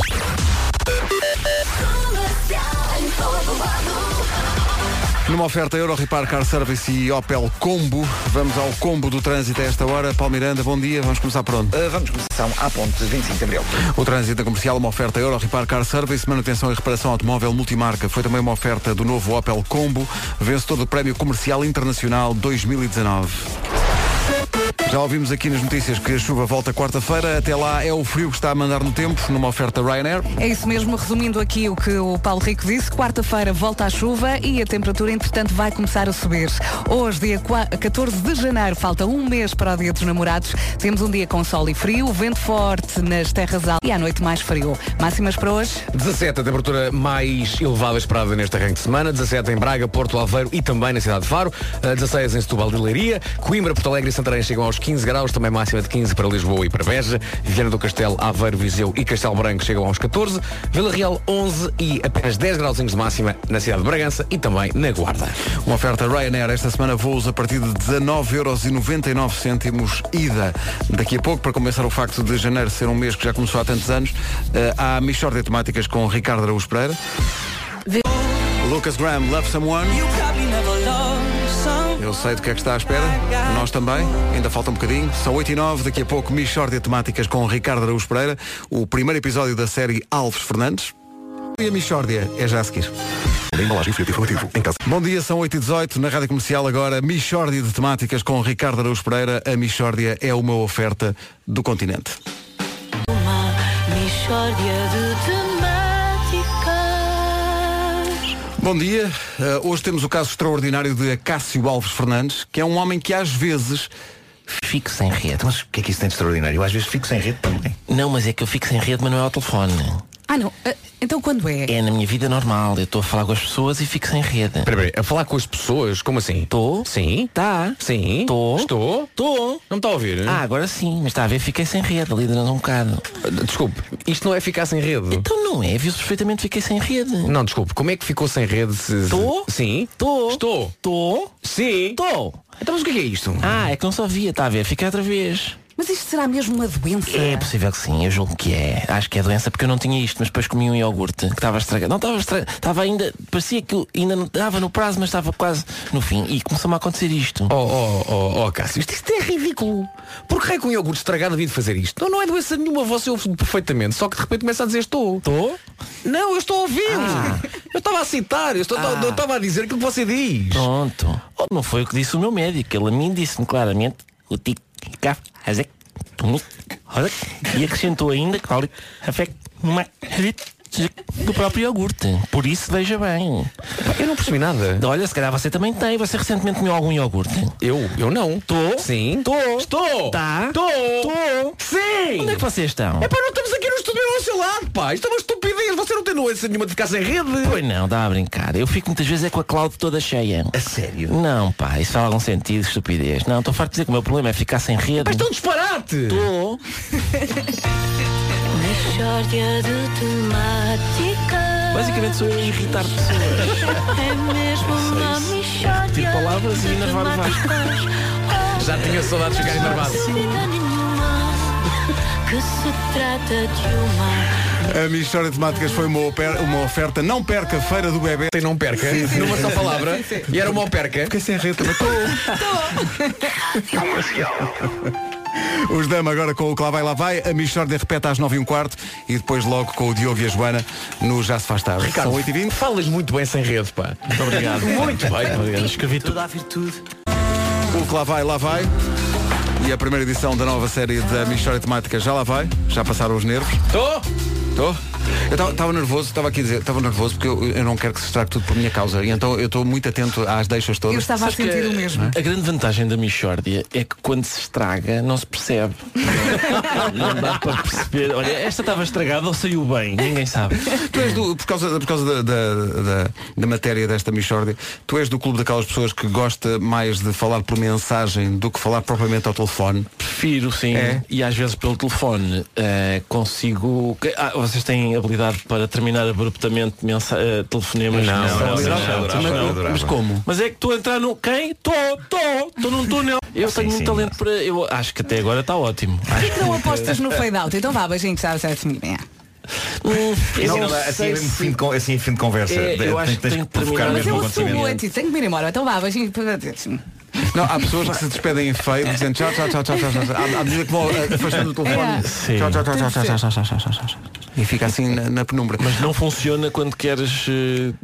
[SPEAKER 1] Numa oferta Euro Repar Car Service e Opel Combo, vamos ao combo do trânsito a esta hora. Paulo Miranda, bom dia, vamos começar por onde?
[SPEAKER 5] Uh, vamos começar à ponte de 25 de Abril.
[SPEAKER 1] O trânsito comercial, uma oferta Euro Repar Car Service, manutenção e reparação automóvel multimarca. Foi também uma oferta do novo Opel Combo, vencedor do Prémio Comercial Internacional 2019. Já ouvimos aqui nas notícias que a chuva volta quarta-feira. Até lá é o frio que está a mandar no tempo, numa oferta Ryanair.
[SPEAKER 3] É isso mesmo, resumindo aqui o que o Paulo Rico disse, quarta-feira volta a chuva e a temperatura, entretanto, vai começar a subir. Hoje, dia qua- 14 de janeiro, falta um mês para o Dia dos Namorados. Temos um dia com sol e frio, vento forte nas terras altas e à noite mais frio. Máximas para hoje?
[SPEAKER 6] 17, a temperatura mais elevada esperada neste arranque de semana. 17 em Braga, Porto Aveiro e também na cidade de Faro. Eh, 16 em Setúbal de Leiria. Coimbra, Porto Alegre e Santarém chegam aos 15 graus. Também máxima de 15 para Lisboa e para Beja. Viana do Castelo, Aveiro, Viseu e Castelo Branco chegam aos 14. Vila Real 11 e apenas 10 grauzinhos de máxima na cidade de Bragança e também na Guarda.
[SPEAKER 1] Uma oferta Ryanair. Esta semana voos a partir de 19,99€ ida. Daqui a pouco, para começar o facto de janeiro ser um mês que já começou há tantos anos, eh, há a Michordia de Temáticas com Ricardo Araújo Pereira. Lucas Graham, Love Someone. Eu sei do que é que está à espera. Nós também. Ainda falta um bocadinho. São 8 e 9. Daqui a pouco, Michordia de Temáticas com Ricardo Araújo Pereira. O primeiro episódio da série Alves Fernandes. E a Michordia é já a seguir.
[SPEAKER 9] Na embalagem folheto informativo, em casa.
[SPEAKER 1] Bom dia, são 8 e 18 na Rádio Comercial agora, Michórdia de Temáticas com Ricardo Araújo Pereira. A Michórdia é uma oferta do continente.
[SPEAKER 10] Uma mistória de temáticas.
[SPEAKER 1] Bom dia, eh, hoje temos o caso extraordinário de Acácio Alves Fernandes, que é um homem que às vezes...
[SPEAKER 4] Fico sem rede.
[SPEAKER 5] Mas o que é que isso tem de extraordinário? Eu às vezes fico sem rede também.
[SPEAKER 4] Não, mas é que eu fico sem rede, mas não é ao telefone.
[SPEAKER 3] Ah, não. Ah, Então quando é?
[SPEAKER 4] É na minha vida normal. Eu estou a falar com as pessoas e fico sem rede.
[SPEAKER 6] Espera, espera, a falar com as pessoas, como assim?
[SPEAKER 4] Tô.
[SPEAKER 6] Sim.
[SPEAKER 4] Tá.
[SPEAKER 6] Sim.
[SPEAKER 4] Tô.
[SPEAKER 6] Estou.
[SPEAKER 4] Tô.
[SPEAKER 6] Não me está a ouvir?
[SPEAKER 4] Ah, agora sim. Mas está a ver, fiquei sem rede ali durante um bocado.
[SPEAKER 6] Desculpe, isto não é ficar sem rede.
[SPEAKER 4] Então não é, viu-se perfeitamente, fiquei sem rede.
[SPEAKER 6] Não, desculpe, como é que ficou sem rede? se- se-
[SPEAKER 4] Tô.
[SPEAKER 6] Sim.
[SPEAKER 4] Tô.
[SPEAKER 6] Estou.
[SPEAKER 4] Tô.
[SPEAKER 6] Sim.
[SPEAKER 4] Tô.
[SPEAKER 6] Então mas o que é que é isto?
[SPEAKER 4] Ah, é que não só via, está a ver, fica outra vez.
[SPEAKER 3] Mas isto será mesmo uma doença?
[SPEAKER 4] É possível que sim, eu julgo que é. Acho que é doença porque eu não tinha isto, mas depois comi um iogurte que estava estragado. Não estava estragado, estava ainda, parecia que eu ainda não estava no prazo, mas estava quase no fim. E começou-me a acontecer isto.
[SPEAKER 6] Oh, oh, oh, oh, Cássio, isto, isto é ridículo. Por que é que um iogurte estragado havia de fazer isto? Não, não é doença nenhuma, você ouve perfeitamente, só que de repente começa a dizer estou. Estou? Não, eu estou a ouvir.
[SPEAKER 4] Ah.
[SPEAKER 6] Eu estava a citar, eu estou- eu estava a dizer aquilo que você diz.
[SPEAKER 4] Pronto. Oh, Não foi o que disse o meu médico. Ele a mim disse-me claramente o tic caf azec tumu, azec, e acrescentou ainda claro, afec ma- azec, do próprio iogurte. Por isso veja bem.
[SPEAKER 6] Eu não percebi nada.
[SPEAKER 4] Olha, se calhar você também tem. Você recentemente comeu algum iogurte?
[SPEAKER 6] Eu, eu não.
[SPEAKER 4] Tô.
[SPEAKER 6] Sim.
[SPEAKER 4] Tô.
[SPEAKER 6] Estou.
[SPEAKER 4] Tá.
[SPEAKER 6] Estou.
[SPEAKER 4] Tô.
[SPEAKER 6] Sim.
[SPEAKER 4] Onde é que vocês estão?
[SPEAKER 6] É pá, não estamos aqui no estúdio ao seu lado, pá. Isto é uma estupidez. Você não tem doença nenhuma de ficar sem rede.
[SPEAKER 4] Pois não, dá a brincar. Eu fico muitas vezes é com a cloud toda cheia.
[SPEAKER 6] A sério?
[SPEAKER 4] Não, pá, isso faz algum sentido, estupidez. Não, estou farto de dizer que o meu problema é ficar sem rede.
[SPEAKER 6] Mas tão Então disparate.
[SPEAKER 4] Tô.
[SPEAKER 10] Mistória de temáticas.
[SPEAKER 4] Basicamente sou eu a irritar pessoas.
[SPEAKER 10] É mesmo uma mistória.
[SPEAKER 4] Tipo palavras
[SPEAKER 10] de
[SPEAKER 4] e enervar o Vasco.
[SPEAKER 10] temáticas. Oh,
[SPEAKER 6] Já tinha saudades de ficar enervado.
[SPEAKER 10] sem dúvida nenhuma Que se trata de uma.
[SPEAKER 1] A Michórdia de Temáticas foi uma, oper- uma oferta, não perca a Feira do Bebê.
[SPEAKER 6] Tem não perca. Numa só palavra. E era uma perca.
[SPEAKER 1] Fiquei sem rede, também estou. Os Dama agora com o Clavai Lá Vai, a Michórdia repete às 9 e um quarto e depois logo com o Diogo e a Joana no Já Se Faz Tarde. São 8 e 20
[SPEAKER 6] falas muito bem sem rede, pá.
[SPEAKER 4] Muito obrigado.
[SPEAKER 6] Muito bem.
[SPEAKER 4] Escrevi tudo.
[SPEAKER 1] um, O que lá vai, lá vai. E a primeira edição da nova série da Minha História Temática já lá vai. Já passaram os nervos.
[SPEAKER 6] Estou.
[SPEAKER 1] Estou? Eu estava nervoso, estava aqui a dizer, estava nervoso porque eu, eu não quero que se estrague tudo por minha causa. E então eu estou muito atento às deixas
[SPEAKER 3] Eu
[SPEAKER 1] todas.
[SPEAKER 3] estava a
[SPEAKER 4] Sabes que é-
[SPEAKER 3] sentir o mesmo.
[SPEAKER 4] A grande vantagem da Michórdia é que quando se estraga não se percebe. não dá para perceber. Olha, esta estava estragada ou saiu bem? Ninguém sabe.
[SPEAKER 1] Tu és do, por causa, por causa da, da, da, da matéria desta Michórdia, tu és do clube daquelas pessoas que gosta mais de falar por mensagem do que falar propriamente ao telefone.
[SPEAKER 4] Prefiro sim.
[SPEAKER 1] É?
[SPEAKER 4] E às vezes pelo telefone eh, consigo. que- ah, vocês têm habilidade para terminar abruptamente mensa... eh, telefonemas?
[SPEAKER 6] Não, não,
[SPEAKER 4] vocês
[SPEAKER 6] não,
[SPEAKER 4] não.
[SPEAKER 6] adorava,
[SPEAKER 4] Mas-
[SPEAKER 6] adorava.
[SPEAKER 1] Mas como?
[SPEAKER 4] Mas é que tu entrar no. Quem? Tô, tô, tô num túnel. Eu tenho um talento para. Eu acho que até agora está ótimo. É
[SPEAKER 3] Por que, que não apostas no fade-out? Então vá, beijinho, sabe, sabe,
[SPEAKER 4] Hum,
[SPEAKER 11] eu não
[SPEAKER 7] Não, assim,
[SPEAKER 11] sei
[SPEAKER 7] em
[SPEAKER 11] se-
[SPEAKER 7] fim de, con- assim, em fim de conversa.
[SPEAKER 11] É,
[SPEAKER 7] De-
[SPEAKER 11] eu
[SPEAKER 7] tens-
[SPEAKER 11] acho que
[SPEAKER 7] tens
[SPEAKER 11] tenho que
[SPEAKER 7] provocar o
[SPEAKER 11] terminar.
[SPEAKER 3] Mas
[SPEAKER 7] mesmo
[SPEAKER 3] eu assumo
[SPEAKER 7] acontecimento.
[SPEAKER 3] antes, um tenho que me ir embora. Então vá, beijinho.
[SPEAKER 1] Não, há pessoas que se despedem em feio dizendo tchau, tchau, tchau, tchau, tchau, tchau. À, à medida que vão eh, afastando o telefone.
[SPEAKER 3] É.
[SPEAKER 4] Sim.
[SPEAKER 1] Tchau, tchau, tchau, tchau, tchau, tchau, tchau, tchau, tchau, tchau, tchau. E fica assim na, na penumbra.
[SPEAKER 4] Mas não funciona quando queres eh,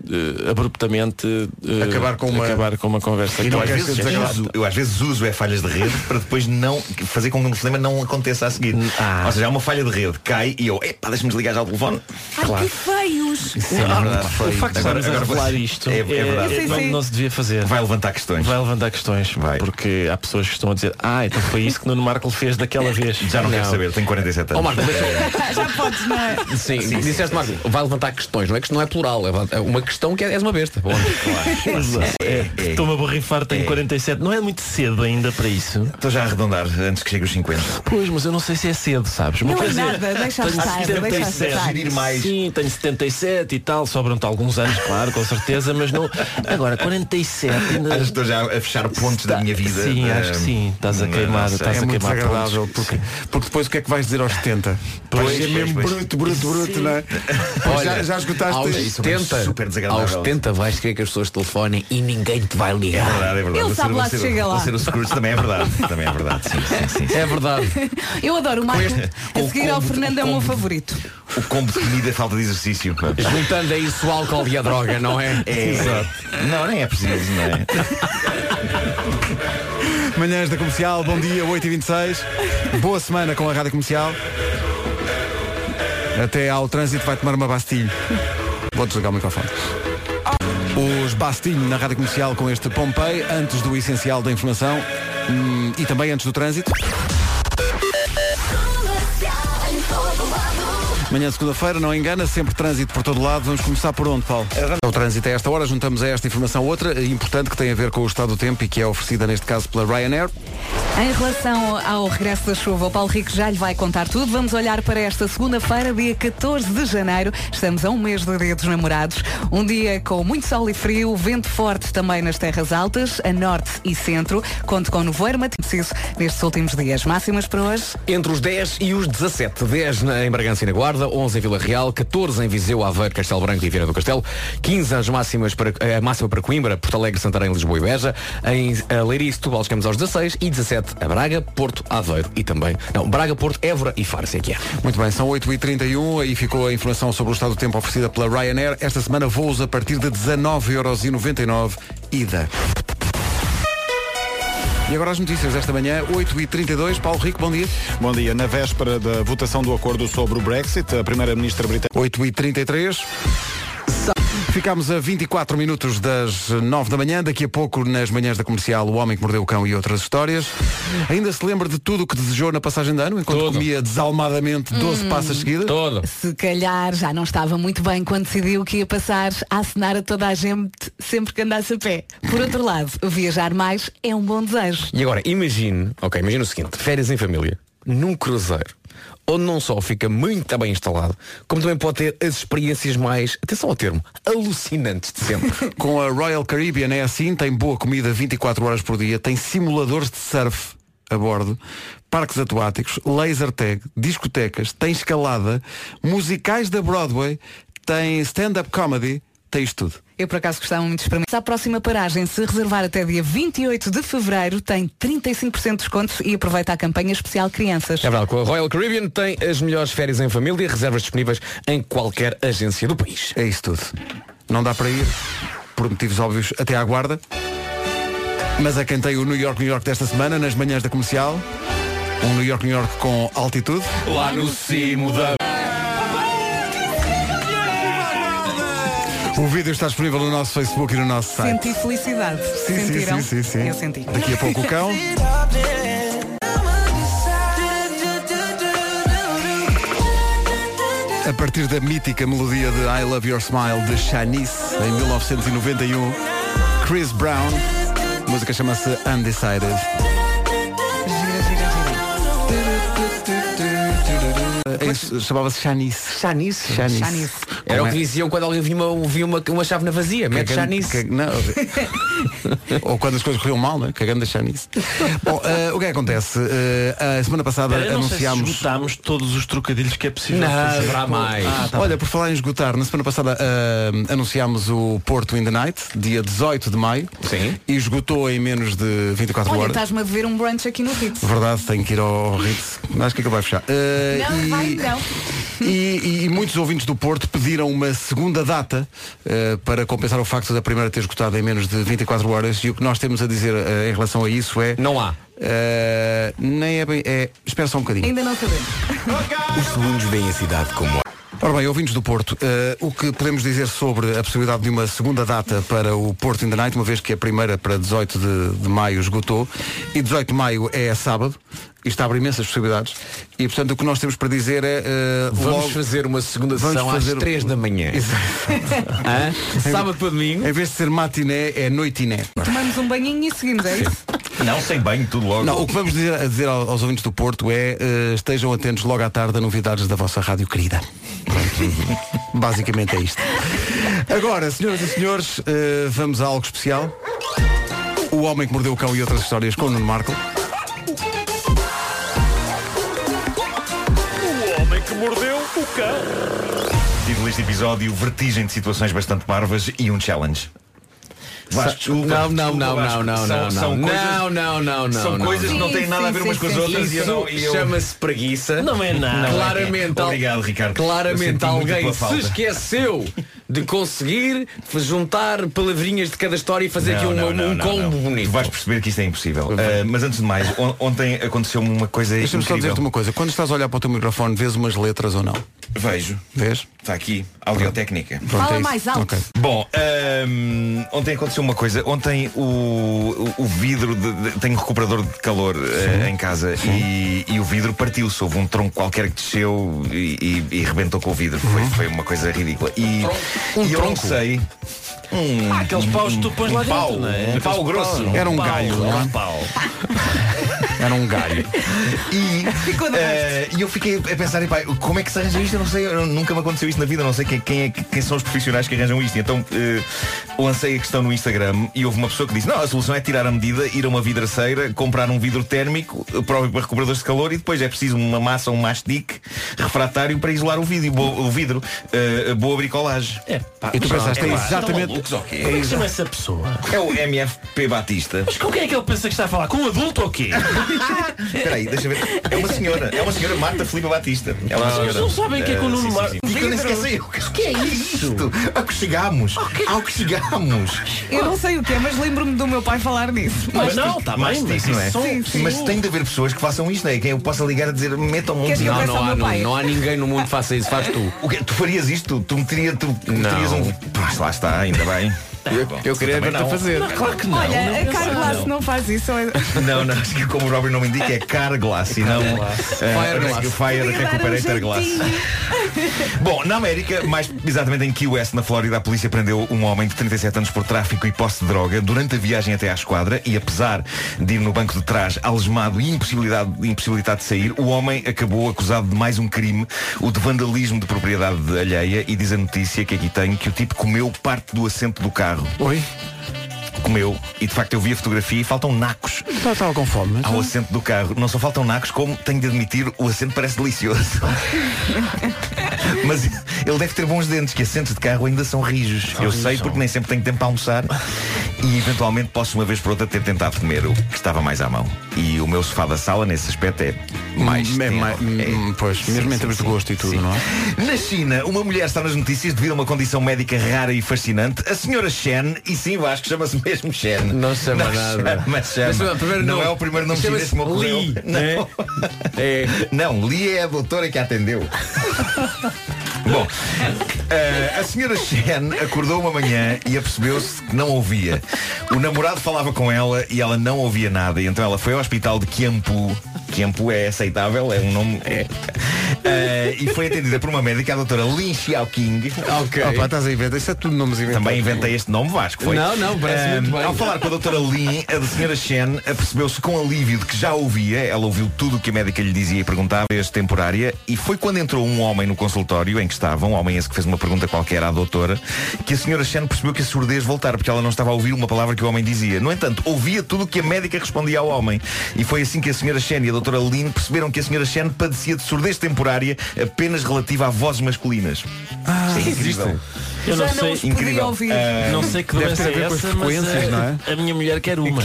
[SPEAKER 4] eh, abruptamente eh,
[SPEAKER 1] Acabar com uma-
[SPEAKER 4] acabar com uma conversa.
[SPEAKER 7] E não,
[SPEAKER 4] que
[SPEAKER 7] às
[SPEAKER 4] às
[SPEAKER 7] vezes
[SPEAKER 4] é
[SPEAKER 7] uso, eu às vezes uso é falhas de rede para depois não fazer com que um telefonema não aconteça a seguir.
[SPEAKER 6] Hum,
[SPEAKER 4] Ah.
[SPEAKER 7] Ou seja, há uma falha de rede, cai e eu, epá, deixa-me desligar já o telefone.
[SPEAKER 10] Ai, que feios!
[SPEAKER 4] O facto de
[SPEAKER 7] é Agora-
[SPEAKER 4] estarmos a
[SPEAKER 7] agora
[SPEAKER 4] revelar
[SPEAKER 7] você-
[SPEAKER 4] isto
[SPEAKER 7] é- é verdade.
[SPEAKER 3] Sim,
[SPEAKER 4] não,
[SPEAKER 3] sim.
[SPEAKER 4] não se devia fazer.
[SPEAKER 7] Vai levantar questões.
[SPEAKER 4] Vai levantar questões,
[SPEAKER 7] Vai.
[SPEAKER 4] porque há pessoas que estão a dizer, ah, então foi isso que Nuno Marco fez daquela vez.
[SPEAKER 7] Já não, quero saber, tenho 47 anos.
[SPEAKER 6] Ó Marco, deixa
[SPEAKER 3] Já podes, não é?
[SPEAKER 6] Sim, disseste Marco, vai levantar questões, não é que não é plural, é uma questão que é- és uma besta. Bom,
[SPEAKER 7] É.
[SPEAKER 4] Estou-me a borrifar, tenho
[SPEAKER 7] É.
[SPEAKER 4] 47. Não é muito cedo ainda para isso.
[SPEAKER 7] Estou já a arredondar antes que chegue os 50.
[SPEAKER 4] Pois, mas eu não sei se é cedo, sabes? Uma
[SPEAKER 3] Não é
[SPEAKER 4] coisa é-
[SPEAKER 3] nada, deixa
[SPEAKER 4] tenho
[SPEAKER 3] estar, deixa
[SPEAKER 4] 77.
[SPEAKER 3] estar.
[SPEAKER 7] Gerir mais.
[SPEAKER 4] Sim, tenho 77 e tal, sobram-te alguns anos, claro, com certeza, mas não. Agora, 47 ainda.
[SPEAKER 7] Acho que estou já a fechar pontos
[SPEAKER 4] Ah. Está-
[SPEAKER 7] da minha vida.
[SPEAKER 4] Sim,
[SPEAKER 7] eh,
[SPEAKER 4] acho que sim. Estás a
[SPEAKER 7] na
[SPEAKER 4] queimar,
[SPEAKER 7] nossa-
[SPEAKER 4] estás
[SPEAKER 1] É
[SPEAKER 4] a
[SPEAKER 1] muito
[SPEAKER 4] queimar
[SPEAKER 1] desagradável,
[SPEAKER 4] pontos.
[SPEAKER 1] porque, porque depois o que é que vais dizer aos 70?
[SPEAKER 7] Pois,
[SPEAKER 1] Pois, é
[SPEAKER 7] pois,
[SPEAKER 1] mesmo
[SPEAKER 7] pois.
[SPEAKER 1] bruto, bruto, bruto, não é?
[SPEAKER 6] Olha, um
[SPEAKER 1] já, já esgotaste
[SPEAKER 6] aos
[SPEAKER 1] isso.
[SPEAKER 6] 70,
[SPEAKER 7] super desagradável.
[SPEAKER 6] aos 70 vais querer que as pessoas telefonem e ninguém te vai
[SPEAKER 7] É
[SPEAKER 6] ligar.
[SPEAKER 7] verdade, é verdade.
[SPEAKER 3] Ele
[SPEAKER 7] Vou
[SPEAKER 3] sabe
[SPEAKER 7] ser-
[SPEAKER 3] lá
[SPEAKER 7] vou
[SPEAKER 3] que
[SPEAKER 7] ser-
[SPEAKER 3] chega
[SPEAKER 7] vou
[SPEAKER 3] lá.
[SPEAKER 7] ser o Scrooge também é verdade. Também é verdade. Sim, sim, sim.
[SPEAKER 6] É verdade.
[SPEAKER 3] Eu adoro o Marco. A
[SPEAKER 7] o
[SPEAKER 3] seguir ao
[SPEAKER 7] combo-
[SPEAKER 3] Fernando é o
[SPEAKER 7] o
[SPEAKER 3] meu
[SPEAKER 7] combo-
[SPEAKER 3] favorito.
[SPEAKER 7] O combo de comida, falta de exercício. pá.
[SPEAKER 6] Juntando a isso o álcool e a droga, não é?
[SPEAKER 7] É. Não, nem é preciso, não é?
[SPEAKER 1] Manhãs da Comercial, bom dia, 8h26. Boa semana com a Rádio Comercial. Até ao trânsito vai tomar uma bastilha. Vou desligar o microfone. Os Bastilho na Rádio Comercial com este Pompei, antes do essencial da informação hum, e também antes do trânsito. Manhã de segunda-feira, não engana, sempre trânsito por todo lado. Vamos começar por onde, Paulo? O trânsito é esta hora, juntamos a esta informação outra, importante que tem a ver com o estado do tempo e que é oferecida neste caso pela Ryanair.
[SPEAKER 3] Em relação ao regresso da chuva, o Paulo Rico já lhe vai contar tudo. Vamos olhar para esta segunda-feira, dia 14 de janeiro. Estamos a um mês do Dia dos Namorados. Um dia com muito sol e frio, vento forte também nas terras altas, a norte e centro. Conto com nevoeiro matinho nestes últimos dias. Máximas para hoje?
[SPEAKER 6] Entre os 10 e os 17. 10 na- em Bragança e na Guarda, 11 em Vila Real, 14 em Viseu, Aveiro, Castelo Branco e Vieira do Castelo, 15 as máximas para, eh, a máxima para Coimbra, Porto Alegre, Santarém, Lisboa e Beja, em eh, Leiria e Setúbal chegamos aos 16 e 17 a Braga, Porto, Aveiro e também, não, Braga, Porto, Évora e Faro, sei que é.
[SPEAKER 1] Muito bem, são 8h31 aí ficou a informação sobre o estado do tempo oferecida pela Ryanair. Esta semana voos a partir de 19,99€ ida. E agora as notícias desta manhã, 8h32. Paulo Rico, bom dia.
[SPEAKER 2] Bom dia. Na véspera da votação do acordo sobre o Brexit, a primeira-ministra britânica
[SPEAKER 1] 8h33. Ficámos a 24 minutos das 9 da manhã. Daqui a pouco, nas manhãs da comercial, O Homem que Mordeu o Cão e outras histórias. Ainda se lembra de tudo o que desejou na passagem de ano, enquanto
[SPEAKER 6] Tudo.
[SPEAKER 1] comia desalmadamente 12 passas seguidas?
[SPEAKER 6] Todo.
[SPEAKER 3] Se calhar já não estava muito bem quando decidiu que ia passar a acenar a toda a gente sempre que andasse a pé. Por outro lado, viajar mais é um bom desejo.
[SPEAKER 6] E agora, imagine, ok, imagina o seguinte, férias em família, num cruzeiro, onde não só fica muito bem instalado, como também pode ter as experiências mais, atenção ao termo, alucinantes de sempre.
[SPEAKER 1] Com a Royal Caribbean é assim, tem boa comida 24 horas por dia, tem simuladores de surf a bordo, parques aquáticos, laser tag, discotecas, tem escalada, musicais da Broadway, tem stand-up comedy, tem isto tudo.
[SPEAKER 3] Eu por acaso gostava muito de experimentar. A próxima paragem, se reservar até dia 28 de fevereiro, tem 35% de desconto e aproveita a campanha especial Crianças.
[SPEAKER 6] É verdade, com a Royal Caribbean tem as melhores férias em família e reservas disponíveis em qualquer agência do país.
[SPEAKER 1] É isso tudo. Não dá para ir, por motivos óbvios, até à guarda. Mas a quem tem o New York, New York desta semana, nas manhãs da comercial. Um New York, New York com altitude.
[SPEAKER 6] Lá no cimo da...
[SPEAKER 1] O vídeo está disponível no nosso Facebook e no nosso site.
[SPEAKER 3] Senti felicidade.
[SPEAKER 1] Sim, sim,
[SPEAKER 3] Sentiram?
[SPEAKER 1] sim, sim, sim.
[SPEAKER 3] Eu senti.
[SPEAKER 1] Daqui a pouco o cão. A partir da mítica melodia de I Love Your Smile de Shanice em 1991, Chris Brown, a música chama-se Undecided.
[SPEAKER 3] Gira, gira,
[SPEAKER 1] Eh, Chamava-se Shanice.
[SPEAKER 6] Chanice.
[SPEAKER 1] Shanice.
[SPEAKER 3] gira. Janice.
[SPEAKER 6] Era o
[SPEAKER 1] Como
[SPEAKER 6] que
[SPEAKER 1] é-
[SPEAKER 6] diziam quando alguém via uma, via uma, uma chave na vazia. Mete já
[SPEAKER 1] Cagando-
[SPEAKER 6] nisso.
[SPEAKER 1] ca- não. Ou quando as coisas corriam mal, né? cagando deixar nisso. Bom, eh, o que é que acontece? Eh, a semana passada
[SPEAKER 4] Olha, eu não sei se
[SPEAKER 1] anunciámos.
[SPEAKER 4] esgotámos todos os trocadilhos que é possível
[SPEAKER 1] Não,
[SPEAKER 4] fazer.
[SPEAKER 1] haverá mais. Ah, tá Olha, por falar em esgotar, na semana passada ah, anunciámos o Porto in the Night, dia 18 de maio. Sim. E esgotou em menos de 24
[SPEAKER 3] Olha,
[SPEAKER 1] horas.
[SPEAKER 3] estás-me a dever um brunch aqui no Ritz.
[SPEAKER 1] Verdade, tenho que ir ao Ritz. Acho que aquilo vai fechar. Ah,
[SPEAKER 3] Não,
[SPEAKER 1] e-
[SPEAKER 3] vai, não.
[SPEAKER 1] e, e muitos ouvintes do Porto pediram uma segunda data eh, para compensar o facto da primeira ter esgotado em menos de 24 horas e o que nós temos a dizer eh, em relação a isso é
[SPEAKER 6] não há
[SPEAKER 1] nem é bem é espera só um bocadinho
[SPEAKER 3] Ainda não sabemos.
[SPEAKER 1] os segundos veem a cidade como é? Ora bem, ouvintes do Porto, eh, o que podemos dizer sobre a possibilidade de uma segunda data para o Porto in the Night, uma vez que a primeira para 18 de, de maio esgotou, e 18 de maio é sábado, isto abre imensas possibilidades, e portanto o que nós temos para dizer é... eh,
[SPEAKER 6] Vamos
[SPEAKER 1] logo-
[SPEAKER 6] fazer uma segunda
[SPEAKER 1] Vamos
[SPEAKER 6] sessão às
[SPEAKER 1] fazer-
[SPEAKER 6] 3 da manhã. Hã? Sábado para domingo.
[SPEAKER 1] Em vez de ser matiné, é noitiné.
[SPEAKER 3] Tomamos um banhinho e seguimos, é isso?
[SPEAKER 7] Não, sem banho, tudo logo.
[SPEAKER 1] Não, o que vamos dizer, a dizer ao- aos ouvintes do Porto é eh, estejam atentos logo à tarde a novidades da vossa rádio querida. Basicamente é isto. Agora, senhoras e senhores, eh, vamos a algo especial. O Homem que Mordeu o Cão e outras histórias com o Nuno Marco.
[SPEAKER 10] O homem que mordeu o cão.
[SPEAKER 7] Título deste episódio, vertigem de situações bastante parvas e um challenge. Vasco,
[SPEAKER 6] Sa-
[SPEAKER 7] desculpa,
[SPEAKER 6] Tá, não, não,
[SPEAKER 7] desculpa,
[SPEAKER 6] não,
[SPEAKER 7] Vasco.
[SPEAKER 6] não, não,
[SPEAKER 7] São-
[SPEAKER 6] não,
[SPEAKER 7] são
[SPEAKER 6] não.
[SPEAKER 7] coisas-
[SPEAKER 6] Não, não, não, não,
[SPEAKER 7] São
[SPEAKER 6] não.
[SPEAKER 7] coisas que não
[SPEAKER 6] Sim,
[SPEAKER 7] têm nada a ver
[SPEAKER 6] sim,
[SPEAKER 7] umas com as
[SPEAKER 6] sim,
[SPEAKER 7] outras
[SPEAKER 6] sim.
[SPEAKER 7] e eu não- e eu-
[SPEAKER 6] Chama-se preguiça.
[SPEAKER 7] Não é nada. Não é.
[SPEAKER 6] Claramente, al-
[SPEAKER 7] Obrigado, Ricardo. Eu senti
[SPEAKER 6] Claramente
[SPEAKER 7] muito a
[SPEAKER 6] alguém
[SPEAKER 7] tua
[SPEAKER 6] se
[SPEAKER 7] falta.
[SPEAKER 6] esqueceu de conseguir juntar palavrinhas de cada história e fazer aqui
[SPEAKER 7] Não,
[SPEAKER 6] um,
[SPEAKER 7] não,
[SPEAKER 6] um
[SPEAKER 7] não, não,
[SPEAKER 6] combo
[SPEAKER 7] não.
[SPEAKER 6] bonito.
[SPEAKER 7] Tu vais perceber que isto é impossível. Ah, mas antes de mais, on- ontem aconteceu-me uma coisa
[SPEAKER 1] Deixa-me só
[SPEAKER 7] incrível.
[SPEAKER 1] dizer-te uma coisa. Quando estás a olhar para o teu microfone, vês umas letras ou não?
[SPEAKER 7] Vejo.
[SPEAKER 1] Vês?
[SPEAKER 7] Está aqui, audiotécnica.
[SPEAKER 1] Pronto, Fala é isso. mais alto. Ok.
[SPEAKER 7] Bom, hum, ontem aconteceu uma coisa. Ontem o, o- o vidro de, de- tem um recuperador de calor eh, em casa e, e o vidro partiu-se. Houve um tronco qualquer que desceu e, e, e rebentou com o vidro. Foi, foi uma coisa ridícula. E, e eu não sei. Um,
[SPEAKER 4] Ah, aqueles paus que tu pões lá
[SPEAKER 7] um pau,
[SPEAKER 4] dentro, não é?
[SPEAKER 7] Um pau
[SPEAKER 4] Aqueles
[SPEAKER 7] grosso.
[SPEAKER 4] paus.
[SPEAKER 1] Era um
[SPEAKER 7] pau,
[SPEAKER 1] galho, não é?
[SPEAKER 7] um pau.
[SPEAKER 1] Era um galho.
[SPEAKER 7] E eh, e eu fiquei a pensar, epá, como é que se arranja isto? Eu não sei, eu- nunca me aconteceu isto na vida, eu não sei quem, quem é que- quem são os profissionais que arranjam isto. Então eh, lancei a questão no Instagram e houve uma pessoa que disse, não, a solução é tirar a medida, ir a uma vidraceira, comprar um vidro térmico eh, próprio para recuperadores de calor e depois é preciso uma massa, um mastic refratário para isolar o vidro. Bo- o vidro Eh, boa bricolagem.
[SPEAKER 4] É, pá,
[SPEAKER 1] E tu pensaste, é
[SPEAKER 7] Epá,
[SPEAKER 1] exatamente-
[SPEAKER 7] "Ah, estão malucos, ok?
[SPEAKER 4] Como é que chama essa pessoa?
[SPEAKER 7] É o MFP Batista.
[SPEAKER 4] Mas com quem é que ele pensa que está a falar? Com um adulto ou quê?
[SPEAKER 7] Espera aí, deixa eu ver. É uma senhora, é uma senhora Marta Filipe Batista. É uma
[SPEAKER 4] Mas
[SPEAKER 7] senhora.
[SPEAKER 4] eles não sabem o que é que o
[SPEAKER 7] Eh,
[SPEAKER 4] Nuno
[SPEAKER 7] sim, sim,
[SPEAKER 4] Mar-
[SPEAKER 7] sim. E que eu nem sequer sei o que o que é isto. Ao que chegámos.
[SPEAKER 4] é
[SPEAKER 7] Ao que chegámos.
[SPEAKER 3] Eu não sei o que é, mas lembro-me do meu pai falar nisso.
[SPEAKER 4] Mas não, tá
[SPEAKER 7] está
[SPEAKER 4] bem, mas
[SPEAKER 7] não é?
[SPEAKER 4] isso um são- sim.
[SPEAKER 7] Mas tem de haver pessoas que façam isto, não é? Quem eu possa ligar a dizer metam um
[SPEAKER 3] Queres que eu
[SPEAKER 7] não,
[SPEAKER 3] peça
[SPEAKER 7] não
[SPEAKER 3] ao
[SPEAKER 7] há.
[SPEAKER 3] meu
[SPEAKER 6] Não,
[SPEAKER 3] pai?
[SPEAKER 6] não há ninguém no mundo que faça isso, faz tu.
[SPEAKER 7] O que, tu farias isto? Tu meterias, tu meterias um. Pois lá está, ainda bem. Bom,
[SPEAKER 6] Eu queria
[SPEAKER 7] também
[SPEAKER 6] ver-te a
[SPEAKER 7] não.
[SPEAKER 6] fazer.
[SPEAKER 4] Claro que não.
[SPEAKER 3] Olha,
[SPEAKER 4] não
[SPEAKER 3] a
[SPEAKER 4] pensa.
[SPEAKER 3] Carla não. faz isso. olha.
[SPEAKER 7] Não, não, acho que como o Robin não me indica é Carglass e não
[SPEAKER 6] Fire
[SPEAKER 7] eh,
[SPEAKER 6] Glass.
[SPEAKER 7] Fire
[SPEAKER 3] Podia dar um
[SPEAKER 7] Recuperator Glass.
[SPEAKER 3] jeitinho.
[SPEAKER 7] Bom, na América, mais exatamente em Key West, na Flórida, a polícia prendeu um homem de 37 anos por tráfico e posse de droga durante a viagem até à esquadra e apesar de ir no banco de trás algemado e impossibilidade, impossibilidade de sair, o homem acabou acusado de mais um crime, o de vandalismo de propriedade alheia e diz a notícia que aqui tenho que o tipo comeu parte do assento do carro.
[SPEAKER 1] Oi?
[SPEAKER 7] Comeu. E de facto eu vi a fotografia e faltam nacos
[SPEAKER 1] Estava- Estava com fome. mas-
[SPEAKER 7] ao assento do carro. Não só faltam nacos, como tenho de admitir, o assento parece delicioso. Mas ele deve ter bons dentes, que assentos de carro ainda são rijos. Eu sei porque nem sempre tenho tempo para almoçar e eventualmente posso uma vez por outra ter tentado comer o que estava mais à mão. E o meu sofá da sala, nesse aspecto, é mais.
[SPEAKER 1] Hum, é
[SPEAKER 7] tenro.
[SPEAKER 1] mais- hum, pois, mesmo em termos de gosto e tudo, não é?
[SPEAKER 7] Na China, uma mulher está nas notícias devido a uma condição médica rara e fascinante. A senhora Shen, e sim, Vasco, chama-se mesmo Shen.
[SPEAKER 6] Não chama nada.
[SPEAKER 7] Mas chama.
[SPEAKER 6] Mas, primeiro,
[SPEAKER 7] não,
[SPEAKER 6] não.
[SPEAKER 7] é o primeiro nome
[SPEAKER 6] Chama-se
[SPEAKER 7] chinês que me ocorreu.
[SPEAKER 6] Li,
[SPEAKER 7] Não.
[SPEAKER 6] né? É.
[SPEAKER 7] Não, Li é a doutora que a atendeu. Bom, eh, a senhora Shen acordou uma manhã e apercebeu-se que não ouvia. O namorado falava com ela e ela não ouvia nada. E então ela foi ao hospital de Quiampu Kempo é aceitável, é um nome. é. Eh, e foi atendida por uma médica, a doutora Lin Xiao King.
[SPEAKER 1] Ok. Opa, estás a inventar. Isso é tudo nomes inventados.
[SPEAKER 7] Também inventei este nome Vasco. Foi.
[SPEAKER 1] Não, não, parece muito bem.
[SPEAKER 7] Ao falar com a doutora Lin, a senhora Shen apercebeu-se com alívio de que já ouvia, ela ouviu tudo o que a médica lhe dizia e perguntava, este temporária, e foi quando entrou um homem no consultório em que estava, um homem esse que fez uma pergunta qualquer à doutora, que a senhora Shen percebeu que a surdez voltara, porque ela não estava a ouvir uma palavra que o homem dizia. No entanto, ouvia tudo o que a médica respondia ao homem. E foi assim que a senhora Shen e a doutora Lin perceberam que a senhora Shen padecia de surdez temporária apenas relativa a vozes masculinas. Ah,
[SPEAKER 4] isso existe? Eu não Já não sei. Ah, os podia ouvir. Não sei que doença é essa, mas, eh,
[SPEAKER 7] a minha mulher quer uma.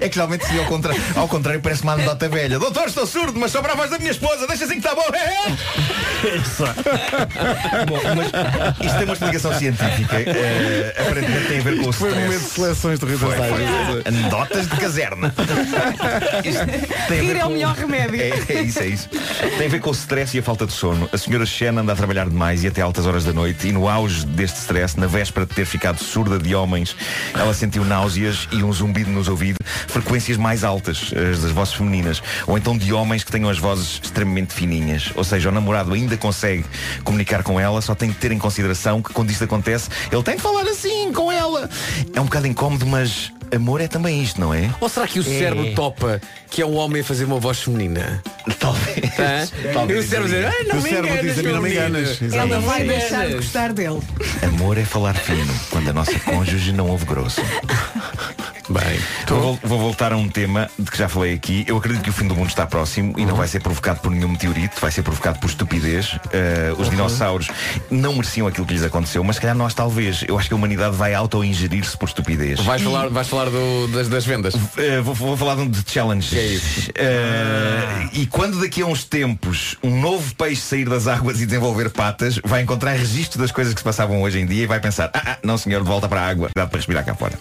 [SPEAKER 7] É que realmente se ao contrário, ao contrário parece uma anedota velha. Doutor, estou surdo, mas sobra a voz da minha esposa, deixa assim que está bom. é. bom, mas isto tem uma explicação científica. eh, aparentemente tem a ver com o
[SPEAKER 1] Isto foi um
[SPEAKER 7] stress.
[SPEAKER 1] momento de seleções de Rita
[SPEAKER 7] Foi,
[SPEAKER 1] Sá.
[SPEAKER 7] foi. Anedotas de caserna. Tem a
[SPEAKER 3] Rir
[SPEAKER 7] ver
[SPEAKER 3] é o
[SPEAKER 7] com-
[SPEAKER 3] melhor remédio.
[SPEAKER 7] É, é isso, é isso. Tem a ver com o stress e a falta de sono. A senhora Shen anda a trabalhar demais e até altas horas da noite e no auge deste stress, na véspera de ter ficado surda de homens, ela sentiu náuseas e um zumbido nos ouvidos, frequências mais altas, as das vozes femininas, ou então de homens que tenham as vozes extremamente fininhas. Ou seja, o namorado ainda consegue comunicar com ela, só tem que ter em consideração que quando isto acontece, ele tem que falar assim com ela. É um bocado incómodo, mas amor é também isto, não é?
[SPEAKER 6] Ou será que o cérebro topa que é um homem a fazer uma voz feminina?
[SPEAKER 7] Talvez. "Ah,
[SPEAKER 6] E o cérebro dizer, "Ai, não
[SPEAKER 1] O
[SPEAKER 6] me
[SPEAKER 1] cérebro
[SPEAKER 6] enganas,
[SPEAKER 1] diz a mim, não me
[SPEAKER 6] meu menino."
[SPEAKER 1] enganas.
[SPEAKER 3] Ela vai
[SPEAKER 7] Sim.
[SPEAKER 3] deixar de gostar dele.
[SPEAKER 7] Amor é falar fino quando a nossa cônjuge não ouve grosso. Bem,
[SPEAKER 6] então-
[SPEAKER 7] vou, vou voltar a um tema de que já falei aqui. Eu acredito que o fim do mundo está próximo
[SPEAKER 6] Uhum.
[SPEAKER 7] e não vai ser provocado por nenhum meteorito, vai ser provocado por estupidez. Eh,
[SPEAKER 6] Uhum.
[SPEAKER 7] os dinossauros não mereciam aquilo que lhes aconteceu, mas se calhar nós talvez. Eu acho que a humanidade vai auto-ingerir-se por estupidez.
[SPEAKER 6] Vais falar, vais falar do- das, das vendas.
[SPEAKER 7] Eh, vou, vou falar de um de challenges. Eh, e quando daqui a uns tempos um novo peixe sair das águas e desenvolver patas, vai encontrar registro das coisas que se passavam hoje em dia e vai pensar, ah, ah, não senhor, de volta para a água, dá para respirar cá fora.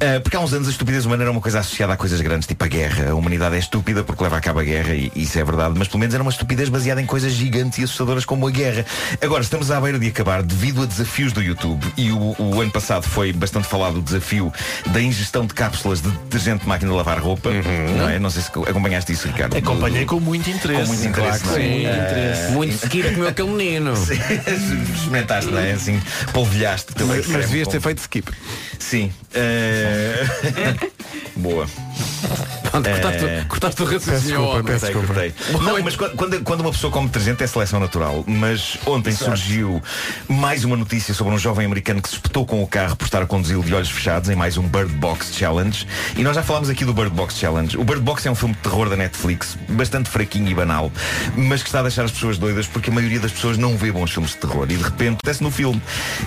[SPEAKER 7] Eh, porque há uns anos a estupidez humana era uma coisa associada a coisas grandes, tipo a guerra. A humanidade é estúpida porque leva a cabo a guerra e isso é verdade, mas pelo menos era uma estupidez baseada em coisas gigantes e assustadoras como a guerra. Agora estamos à beira de acabar devido a desafios do YouTube e o, o ano passado foi bastante falado o desafio da ingestão de cápsulas de detergente de máquina de lavar roupa.
[SPEAKER 1] Uhum.
[SPEAKER 7] Não, é? não sei se acompanhaste isso, Ricardo.
[SPEAKER 4] Acompanhei
[SPEAKER 7] Do-
[SPEAKER 4] com muito interesse.
[SPEAKER 7] Com muito
[SPEAKER 4] Claro
[SPEAKER 7] interesse,
[SPEAKER 4] que
[SPEAKER 7] não é?
[SPEAKER 4] sim.
[SPEAKER 7] Eh,
[SPEAKER 6] Muito seguido comeu aquele menino.
[SPEAKER 7] Experimentaste, não é? Assim, polvilhaste. teu
[SPEAKER 1] Mas,
[SPEAKER 7] leite
[SPEAKER 1] mas
[SPEAKER 7] creme
[SPEAKER 1] devias
[SPEAKER 7] com-
[SPEAKER 1] ter feito skip.
[SPEAKER 7] Sim. Eh, Boa.
[SPEAKER 6] Pronto, cortaste,
[SPEAKER 7] Eh,
[SPEAKER 6] cortaste o raciocínio.
[SPEAKER 7] Peço
[SPEAKER 6] ao
[SPEAKER 7] desculpa,
[SPEAKER 6] homem.
[SPEAKER 7] peço desculpa. Não, mas quando- quando, quando uma pessoa come 300 é seleção natural. Mas ontem surgiu mais uma notícia sobre um jovem americano que se espetou com o carro por estar a conduzi-lo de olhos fechados em mais um Bird Box Challenge. E nós já falámos aqui do Bird Box Challenge. O Bird Box é um filme de terror da Netflix, bastante fraquinho e banal, mas que está a deixar as pessoas doidas porque a maioria das pessoas não vê bons filmes de terror. E de repente acontece no filme.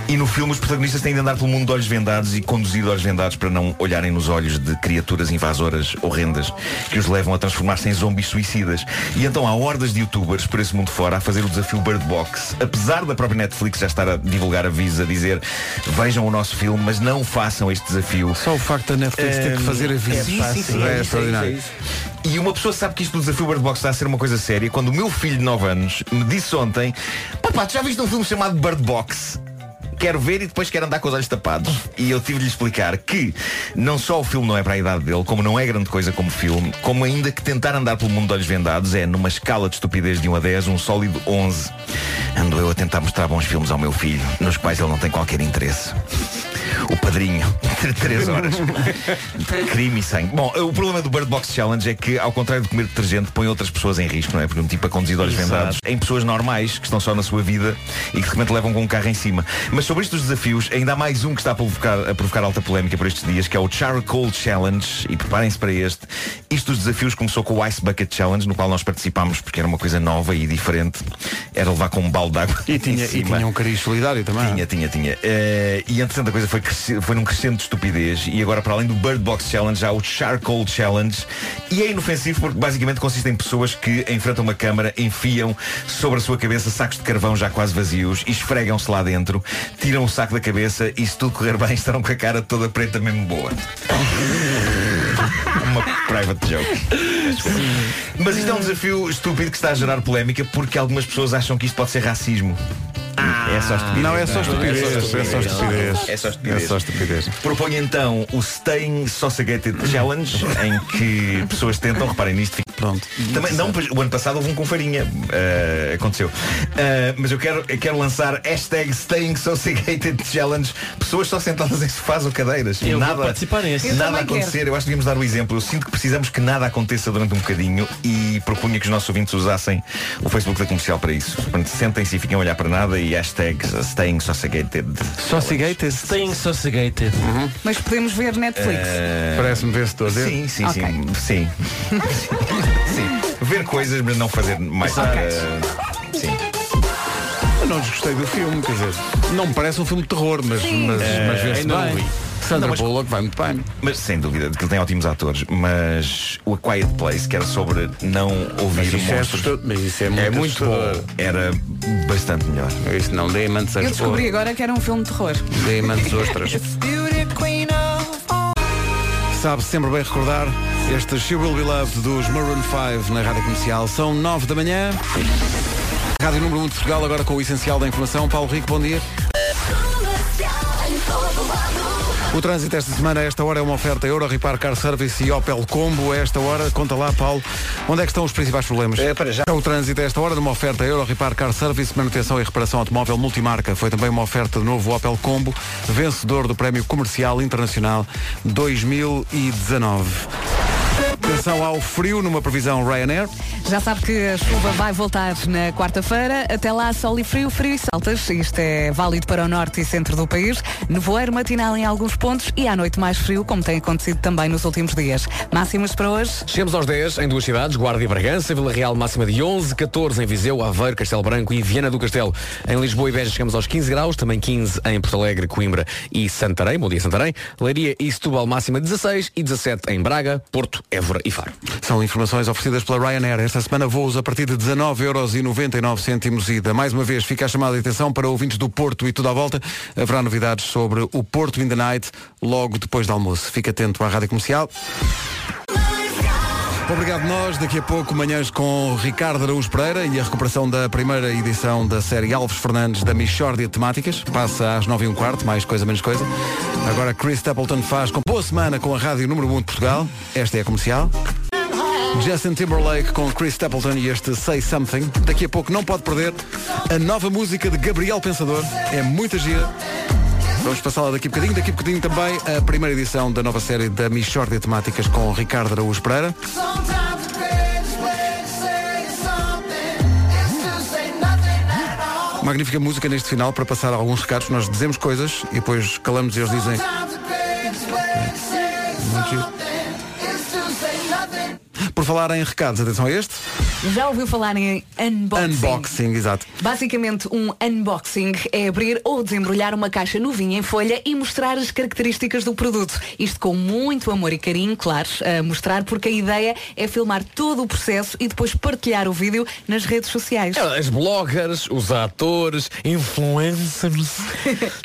[SPEAKER 7] E no filme os protagonistas têm de andar pelo mundo de olhos vendados e conduzir de olhos vendados para não olharem nos olhos de criaturas invasoras horrendas que os levam a transformar-se em zombies suicidas. E então há hordas de youtubers por esse mundo fora a fazer o desafio Bird Box. Apesar da própria Netflix já estar a divulgar avisos a dizer vejam o nosso filme, mas não façam este desafio.
[SPEAKER 1] Só o facto da Netflix ter que fazer a
[SPEAKER 7] É,
[SPEAKER 1] visita Ehm, é extraordinário.
[SPEAKER 7] E uma pessoa sabe que isto do desafio Bird Box está a ser uma coisa séria quando o meu filho de 9 anos me disse ontem Papá, tu já viste um filme chamado Bird Box? Quero ver e depois quero andar com os olhos tapados. E eu tive de lhe explicar que não só o filme não é para a idade dele, como não é grande coisa como filme, como ainda que tentar andar pelo mundo de olhos vendados é, numa escala de estupidez de 1 a 10, um sólido 11. Ando eu a tentar mostrar bons filmes ao meu filho, nos quais ele não tem qualquer interesse. O padrinho, de 3 horas. Crime e sangue. Bom, o problema do Bird Box Challenge é que, ao contrário de comer detergente, põe outras pessoas em risco, não é? Porque um tipo a conduzir de olhos
[SPEAKER 4] Exato.
[SPEAKER 7] vendados em pessoas normais que estão só na sua vida e que de repente levam com um carro em cima. Mas sobre estes desafios, ainda há mais um que está a provocar, a provocar alta polémica por estes dias, que é o Charcoal Challenge. E preparem-se para este. Isto dos desafios começou com o Ice Bucket Challenge, no qual nós participámos porque era uma coisa nova e diferente. Era levar com um balde de água.
[SPEAKER 1] E
[SPEAKER 7] em
[SPEAKER 1] tinha, e
[SPEAKER 7] cima.
[SPEAKER 1] tinha um cariz solidário também.
[SPEAKER 7] Tinha, tinha, tinha. Eh, e entretanto a coisa foi, cresce- foi num crescendo de estupidez e agora para além do Bird Box Challenge há o Charcoal Challenge e é inofensivo porque basicamente consiste em pessoas que enfrentam uma câmara, enfiam sobre a sua cabeça sacos de carvão já quase vazios e esfregam-se lá dentro, tiram o saco da cabeça e se tudo correr bem estarão com a cara toda preta mesmo boa. uma private joke. Mas isto é um desafio estúpido que está a gerar polémica porque algumas pessoas acham que isto pode ser racismo. E É só estupidez.
[SPEAKER 1] Não, é só estupidez,
[SPEAKER 7] É só
[SPEAKER 1] é só estupidez.
[SPEAKER 7] É só estupidez.
[SPEAKER 1] É só estupidez.
[SPEAKER 7] Proponho então o Staying Sossegated Challenge, em que pessoas tentam, reparem nisto.
[SPEAKER 1] Pronto.
[SPEAKER 7] Também, não, pois, o ano passado houve um com farinha. Ah, aconteceu. Ah, mas eu quero, eu quero lançar hashtag Staying Sossegated Challenge. Pessoas só sentadas em sofás ou cadeiras.
[SPEAKER 4] Eu vou
[SPEAKER 7] nada,
[SPEAKER 4] participar nesse. Eu
[SPEAKER 7] Nada
[SPEAKER 4] também
[SPEAKER 7] a acontecer.
[SPEAKER 4] quero.
[SPEAKER 7] Eu acho que devíamos dar o exemplo. Eu sinto que precisamos que nada aconteça durante um bocadinho e propunha que os nossos ouvintes usassem o Facebook da comercial para isso. Portanto, sentem-se e fiquem a olhar para nada e hashtag Staying Sossegated.
[SPEAKER 1] Sossegated?
[SPEAKER 4] Staying Sossegated.
[SPEAKER 3] Mas podemos ver Netflix.
[SPEAKER 7] Eh,
[SPEAKER 1] Parece-me vencedor.
[SPEAKER 7] Sim, sim,
[SPEAKER 3] Ok.
[SPEAKER 7] sim, sim. Sim. Ver coisas, mas não fazer mais Eh, nada. Sim.
[SPEAKER 1] Eu não desgostei do filme, quer dizer, não me parece um filme de terror, mas,
[SPEAKER 3] Sim.
[SPEAKER 1] mas,
[SPEAKER 7] Eh,
[SPEAKER 1] mas vê-se
[SPEAKER 7] ainda não
[SPEAKER 1] bem.
[SPEAKER 7] vi.
[SPEAKER 1] Sandra
[SPEAKER 7] Não, mas-
[SPEAKER 1] Bullock vai muito bem.
[SPEAKER 7] Mas sem dúvida, que ele tem ótimos atores, mas o A Quiet Place, que era sobre não ouvir monstros,
[SPEAKER 1] mas isso é muito,
[SPEAKER 6] É muito
[SPEAKER 1] assustador.
[SPEAKER 6] bom.
[SPEAKER 7] era bastante melhor.
[SPEAKER 1] Isso não, Diamantes
[SPEAKER 3] Eu
[SPEAKER 1] às
[SPEAKER 3] descobri agora que era um filme de terror.
[SPEAKER 1] ostras. Diamantes ostras. Sabe sempre bem recordar este She Will Be Loved dos Maroon 5 na Rádio Comercial. São 9 da manhã. Rádio Número 1 de Portugal, agora com o essencial da informação. Paulo Rico, bom dia. O trânsito esta semana, a esta hora, é uma oferta Euro Repar Car Service e Opel Combo. A esta hora, conta lá, Paulo, onde é que estão os principais problemas? É
[SPEAKER 5] Eh, para já.
[SPEAKER 1] O trânsito a esta hora de uma oferta Euro Repar Car Service, manutenção e reparação automóvel multimarca. Foi também uma oferta de novo Opel Combo, vencedor do Prémio Comercial Internacional 2019. Atenção ao frio numa previsão Ryanair.
[SPEAKER 3] Já sabe que a chuva vai voltar na quarta-feira. Até lá, sol e frio, frio e saltas. Isto é válido para o norte e centro do país. Nevoeiro matinal em alguns pontos e à noite mais frio, como tem acontecido também nos últimos dias. Máximas para hoje?
[SPEAKER 6] Chegamos aos 10 em duas cidades, Guarda e Bragança, Vila Real máxima de 11, 14 em Viseu, Aveiro, Castelo Branco e Viana do Castelo. Em Lisboa e Beja chegamos aos 15 graus, também 15 em Porto Alegre, Coimbra e Santarém, bom dia Santarém, Leiria e Setúbal máxima 16 e 17 em Braga, Porto, Évora e Faro.
[SPEAKER 1] São informações oferecidas pela Ryanair. Esta semana voos a partir de 19,99€ ida. Mais uma vez fica a chamada de atenção para ouvintes do Porto e tudo à volta. Haverá novidades sobre o Porto in the Night logo depois do almoço. Fica atento à Rádio Comercial. Obrigado nós. Daqui a pouco, manhãs com Ricardo Araújo Pereira e a recuperação da primeira edição da série Alves Fernandes da Michórdia de Temáticas. Passa às 9 e um quarto, mais coisa, menos coisa. Agora Chris Stapleton faz com boa semana com a Rádio Número 1 de Portugal. Esta é a comercial. Justin Timberlake com Chris Stapleton e este Say Something. Daqui a pouco não pode perder a nova música de Gabriel Pensador. É muita gira. Vamos passá-la daqui a bocadinho. Daqui a bocadinho também a primeira edição da nova série da Michórdia de Temáticas com Ricardo Araújo Pereira. Magnífica música neste final para passar alguns recados. Nós dizemos coisas e depois calamos e eles dizem. Muito giro. Por falar em recados, atenção a este.
[SPEAKER 3] Já ouviu falar em unboxing?
[SPEAKER 1] Unboxing, exato.
[SPEAKER 3] Basicamente, um unboxing é abrir ou desembrulhar uma caixa novinha em folha e mostrar as características do produto. Isto com muito amor e carinho, claro, a mostrar, porque a ideia é filmar todo o processo e depois partilhar o vídeo nas redes sociais.
[SPEAKER 6] As bloggers, os atores, influencers,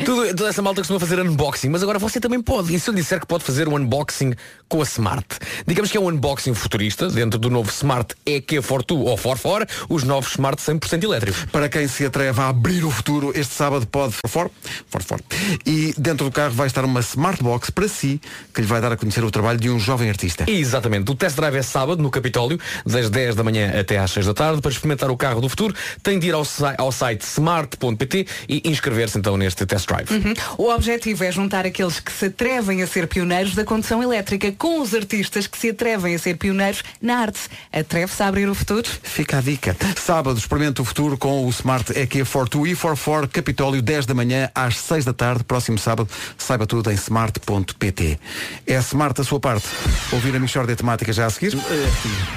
[SPEAKER 6] tudo- toda essa malta costuma fazer unboxing, mas agora você também pode. E se eu lhe disser que pode fazer um unboxing com a Smart? Digamos que é um unboxing futurista dentro do novo Smart EQ Fortu ou Forfor, os novos Smart 100% elétricos.
[SPEAKER 1] Para quem se atreve a abrir o futuro, este sábado pode for, for, for. E dentro do carro vai estar uma smartbox para si, que lhe vai dar a conhecer o trabalho de um jovem artista.
[SPEAKER 6] Exatamente. O test drive é sábado, no Capitólio, das 10 da manhã até às 6 da tarde. Para experimentar o carro do futuro, tem de ir ao, si- ao site smart.pt e inscrever-se então neste test drive.
[SPEAKER 3] Hum? O objetivo é juntar aqueles que se atrevem a ser pioneiros da condução elétrica com os artistas que se atrevem a ser pioneiros na arte. Atreve-se a abrir o futuro?
[SPEAKER 1] Fica a dica. Sábado, experimente o futuro com o Smart EQ Fortu e 44 Capitólio, 10 da manhã às 6 da tarde. Próximo sábado, saiba tudo em smart.pt. É smart a sua parte. Ouvir a Michórdia Temática já a seguir.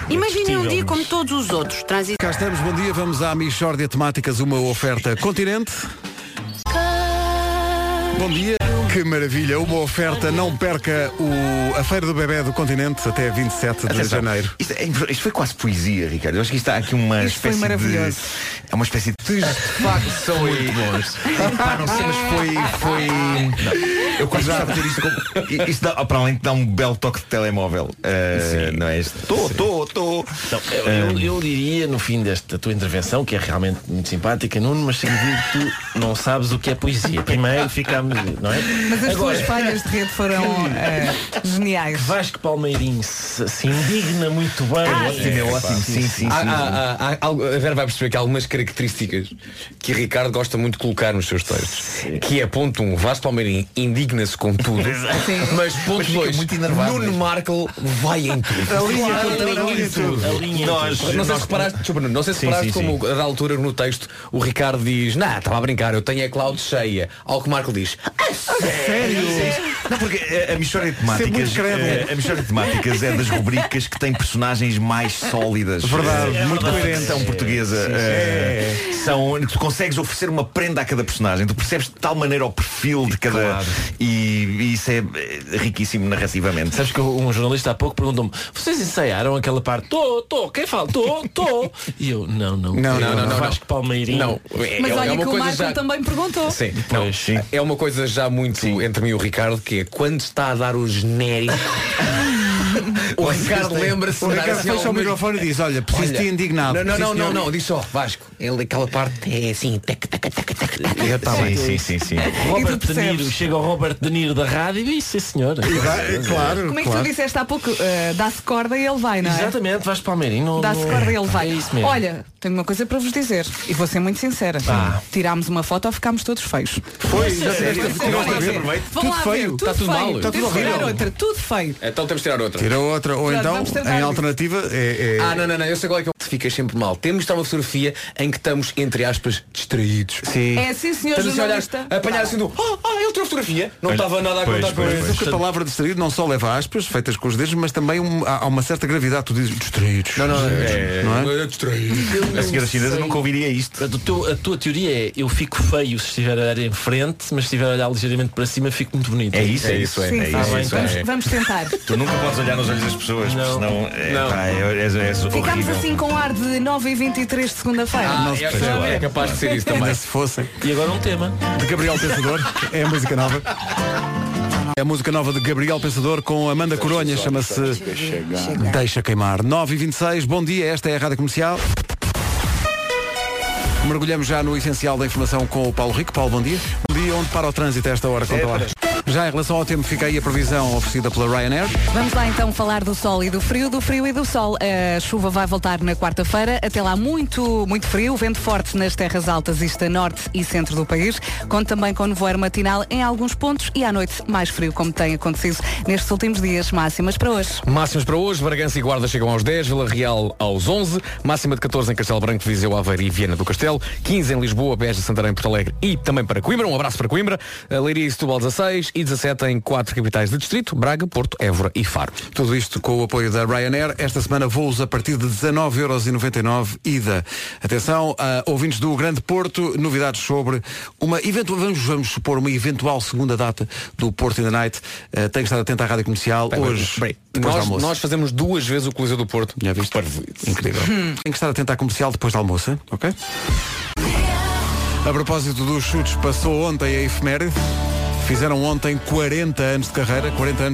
[SPEAKER 10] Imaginem um dia como todos os outros. Transi...
[SPEAKER 1] Cá estamos, bom dia. Vamos à Michórdia Temáticas, uma oferta Continente. Bom dia. Que maravilha, uma oferta, não perca o, a Feira do Bebé do Continente até 27 de
[SPEAKER 7] Atenção.
[SPEAKER 1] janeiro.
[SPEAKER 7] Isto, é impre- isto foi quase poesia, Ricardo. Eu acho que isto há aqui uma
[SPEAKER 1] Isto foi
[SPEAKER 7] espécie
[SPEAKER 1] maravilhoso.
[SPEAKER 7] de. É uma espécie de. De facto são muito bons. Pá, não sei, mas foi. foi... Não. Eu quase gostava de ter isto como. Isto dá, para além de dar um belo toque de telemóvel. eh, não é isto? Estou, estou, estou.
[SPEAKER 4] Então, Eu, eu-
[SPEAKER 6] Eh,
[SPEAKER 4] eu diria no fim desta tua intervenção, que é realmente muito simpática, Nuno, mas sem dúvida tu não sabes o que é poesia. Primeiro ficámos, não é?
[SPEAKER 3] Mas as
[SPEAKER 4] Agora-
[SPEAKER 3] tuas falhas de rede foram eh, geniais.
[SPEAKER 4] Vasco Palmeirinho se, se indigna muito bem.
[SPEAKER 6] Ah,
[SPEAKER 4] Olha,
[SPEAKER 6] sim, é
[SPEAKER 4] pá.
[SPEAKER 6] ótimo.
[SPEAKER 4] Ah,
[SPEAKER 6] Há- há- há- há algo- a Vera vai perceber que há algumas características que o Ricardo gosta muito de colocar nos seus textos. Que é ponto 1, um, Vasco Palmeirim indigna-se com tudo. mas ponto 2, Nuno Markle vai em tudo.
[SPEAKER 7] A linha
[SPEAKER 6] Vai
[SPEAKER 7] toda, a
[SPEAKER 6] em
[SPEAKER 7] linha
[SPEAKER 6] tudo.
[SPEAKER 7] toda. A linha
[SPEAKER 6] Nós-
[SPEAKER 7] toda.
[SPEAKER 6] Não sei
[SPEAKER 7] Nós-
[SPEAKER 6] se reparaste, desculpa, Nuno, não sei se
[SPEAKER 7] Sim,
[SPEAKER 6] reparaste
[SPEAKER 7] sim, sim.
[SPEAKER 6] como a da altura no texto o Ricardo diz, nah, estava a brincar, eu tenho a cloud cheia. Ao que o Marco diz, "Ah,
[SPEAKER 7] Sério? Não, porque eh, a mistória de
[SPEAKER 6] Isso é
[SPEAKER 7] temáticas.
[SPEAKER 6] muito credo.
[SPEAKER 7] eh, A mistória de temáticas é das rubricas que têm personagens mais sólidas.
[SPEAKER 1] Verdade,
[SPEAKER 7] Eh,
[SPEAKER 1] muito
[SPEAKER 7] da
[SPEAKER 1] coerente.
[SPEAKER 7] ficção portuguesa.
[SPEAKER 1] Sim, sim.
[SPEAKER 7] eh, São tu consegues oferecer uma prenda a cada personagem. Tu percebes de tal maneira o perfil de cada. E, e isso é eh, riquíssimo narrativamente.
[SPEAKER 4] Sabes que um jornalista há pouco perguntou-me Vocês ensaiaram aquela parte? Tô, tô, quem fala? Tô, tô E eu, não, não
[SPEAKER 6] Não, não,
[SPEAKER 4] Eu,
[SPEAKER 6] não, não,
[SPEAKER 4] Vasco Palmeirinho
[SPEAKER 6] Não, é-
[SPEAKER 3] Mas
[SPEAKER 6] é
[SPEAKER 3] olha
[SPEAKER 6] uma
[SPEAKER 3] que o
[SPEAKER 6] coisa
[SPEAKER 3] Marco
[SPEAKER 6] já-
[SPEAKER 3] também perguntou.
[SPEAKER 6] Sim, não, é uma coisa já muito entre mim e o Ricardo que é quando está a dar o genérico o
[SPEAKER 1] Vocês
[SPEAKER 6] Ricardo
[SPEAKER 1] têm-
[SPEAKER 6] lembra-se
[SPEAKER 1] O
[SPEAKER 6] de dar
[SPEAKER 1] Ricardo
[SPEAKER 6] assim
[SPEAKER 1] fecha o
[SPEAKER 6] algumas-
[SPEAKER 1] microfone e diz, olha, preciso
[SPEAKER 6] Olha,
[SPEAKER 1] te indignado.
[SPEAKER 6] Não, não,
[SPEAKER 1] Sim,
[SPEAKER 6] não, não,
[SPEAKER 1] senhor.
[SPEAKER 6] não, diz só, Vasco. Ele, aquela parte é assim, tac, tac, tac, tac, tac.
[SPEAKER 1] Eu
[SPEAKER 6] tá
[SPEAKER 4] Sim,
[SPEAKER 6] bem.
[SPEAKER 4] sim,
[SPEAKER 7] sim, sim.
[SPEAKER 4] Robert De Niro Chega o Robert De Niro da rádio E sim senhor
[SPEAKER 1] claro,
[SPEAKER 3] Como é que tu disseste há pouco? eh, Dá-se corda e ele vai, não é?
[SPEAKER 4] Exatamente, Vasco Palmeirinho não-
[SPEAKER 3] Dá-se
[SPEAKER 4] não-
[SPEAKER 3] corda e ele vai.
[SPEAKER 4] É isso mesmo
[SPEAKER 3] Olha, tenho uma coisa para vos dizer e vou ser muito sincera.
[SPEAKER 4] Ah.
[SPEAKER 3] Tirámos uma foto ou ficámos todos feios.
[SPEAKER 6] Foi,
[SPEAKER 3] Vamos
[SPEAKER 6] já
[SPEAKER 3] ver.
[SPEAKER 6] sei.
[SPEAKER 3] Vamos
[SPEAKER 6] Não,
[SPEAKER 3] lá
[SPEAKER 6] está
[SPEAKER 3] ver.
[SPEAKER 6] bem, perfeito.
[SPEAKER 3] Vamos
[SPEAKER 6] Tudo
[SPEAKER 3] lá
[SPEAKER 6] feio.
[SPEAKER 3] ver.
[SPEAKER 6] Está tudo mal.
[SPEAKER 3] Temos
[SPEAKER 6] Está tudo
[SPEAKER 3] que tirar
[SPEAKER 6] horrível.
[SPEAKER 3] outra. Tudo feio.
[SPEAKER 6] Então temos de tirar outra.
[SPEAKER 1] Tira outra, ou
[SPEAKER 3] Pronto,
[SPEAKER 1] então,
[SPEAKER 3] vamos tentar
[SPEAKER 1] em
[SPEAKER 3] isso.
[SPEAKER 1] alternativa, é, é-
[SPEAKER 6] Ah, não, não, não, eu sei qual é que eu... Ficas sempre mal. Temos de estar uma fotografia em que estamos, entre aspas, distraídos. Sim.
[SPEAKER 3] É, sim, senhor
[SPEAKER 6] Estamos assim a olhar,
[SPEAKER 3] jornalista.
[SPEAKER 6] a apanhar assim do. Ah, ah, ele tirou fotografia. Não estava nada a contar com
[SPEAKER 1] Mas
[SPEAKER 6] isso.
[SPEAKER 1] a palavra distraído não só leva aspas feitas com os dedos, mas também um- há há uma certa gravidade. Tu dizes distraídos. Não, não,
[SPEAKER 7] é-
[SPEAKER 1] não é?
[SPEAKER 6] Eu distraído.
[SPEAKER 7] A senhora chinesa nunca ouviria isto.
[SPEAKER 4] Portanto, o teu- a tua teoria é eu fico feio se estiver a olhar em frente, mas se estiver a olhar ligeiramente para cima fico muito bonito.
[SPEAKER 7] É isso, é isso, é,
[SPEAKER 3] Sim,
[SPEAKER 7] é
[SPEAKER 3] sim.
[SPEAKER 7] isso, é isso,
[SPEAKER 3] vamos,
[SPEAKER 7] é.
[SPEAKER 3] vamos tentar.
[SPEAKER 7] Tu nunca podes olhar nos olhos das pessoas, porque senão é, pá, é, é, é,
[SPEAKER 3] Ficámos
[SPEAKER 7] horrível.
[SPEAKER 3] assim com um ar de 9 e 23 de segunda-feira.
[SPEAKER 6] É capaz de ser isso
[SPEAKER 1] Ainda
[SPEAKER 6] também.
[SPEAKER 1] se fossem.
[SPEAKER 4] E agora um tema.
[SPEAKER 1] De Gabriel Pensador, é a música nova. É a música nova de Gabriel Pensador com Amanda Coronha, chama-se Deixa Queimar. 9h26, bom dia, esta é a Rádio Comercial. Mergulhamos já no essencial da informação com o Paulo Rico. Paulo, bom dia. Bom dia, onde para o trânsito a esta hora? Conta lá. Já em relação ao tempo, fica aí a previsão oferecida pela Ryanair.
[SPEAKER 3] Vamos lá então falar do sol e do frio, do frio e do sol. A chuva vai voltar na quarta-feira. Até lá muito, muito frio, vento forte nas terras altas, isto a norte e centro do país. Conto também com nevoeiro matinal em alguns pontos e à noite mais frio, como tem acontecido nestes últimos dias. Máximas para hoje.
[SPEAKER 6] Máximas para hoje, Bragança e Guarda chegam aos 10, Vila Real aos 11, máxima de 14 em Castelo Branco, Viseu, Aveiro e Viana do Castelo, 15 em Lisboa, Beja, Santarém, Porto Alegre e também para Coimbra, um abraço para Coimbra, Leiria e Setúbal 16 e 17 em 4 capitais de distrito, Braga, Porto, Évora e Faro.
[SPEAKER 1] Tudo isto com o apoio da Ryanair. Esta semana voos a partir de 19,99€ ida. Atenção, ah, ouvintes do Grande Porto, novidades sobre uma eventual, vamos, vamos supor, uma eventual segunda data do Porto in the Night. Ah, tem que estar atento à Rádio Comercial
[SPEAKER 6] Bem,
[SPEAKER 1] hoje,
[SPEAKER 6] bem,
[SPEAKER 1] depois do
[SPEAKER 6] nós,
[SPEAKER 1] almoço.
[SPEAKER 6] nós fazemos duas vezes o Coliseu do Porto.
[SPEAKER 1] Já viste? Incrível. Tem que estar atento à Comercial depois do almoço, hein? ok? A propósito dos chutes, passou ontem a efeméride. Fizeram ontem 40 anos de carreira, 40 anos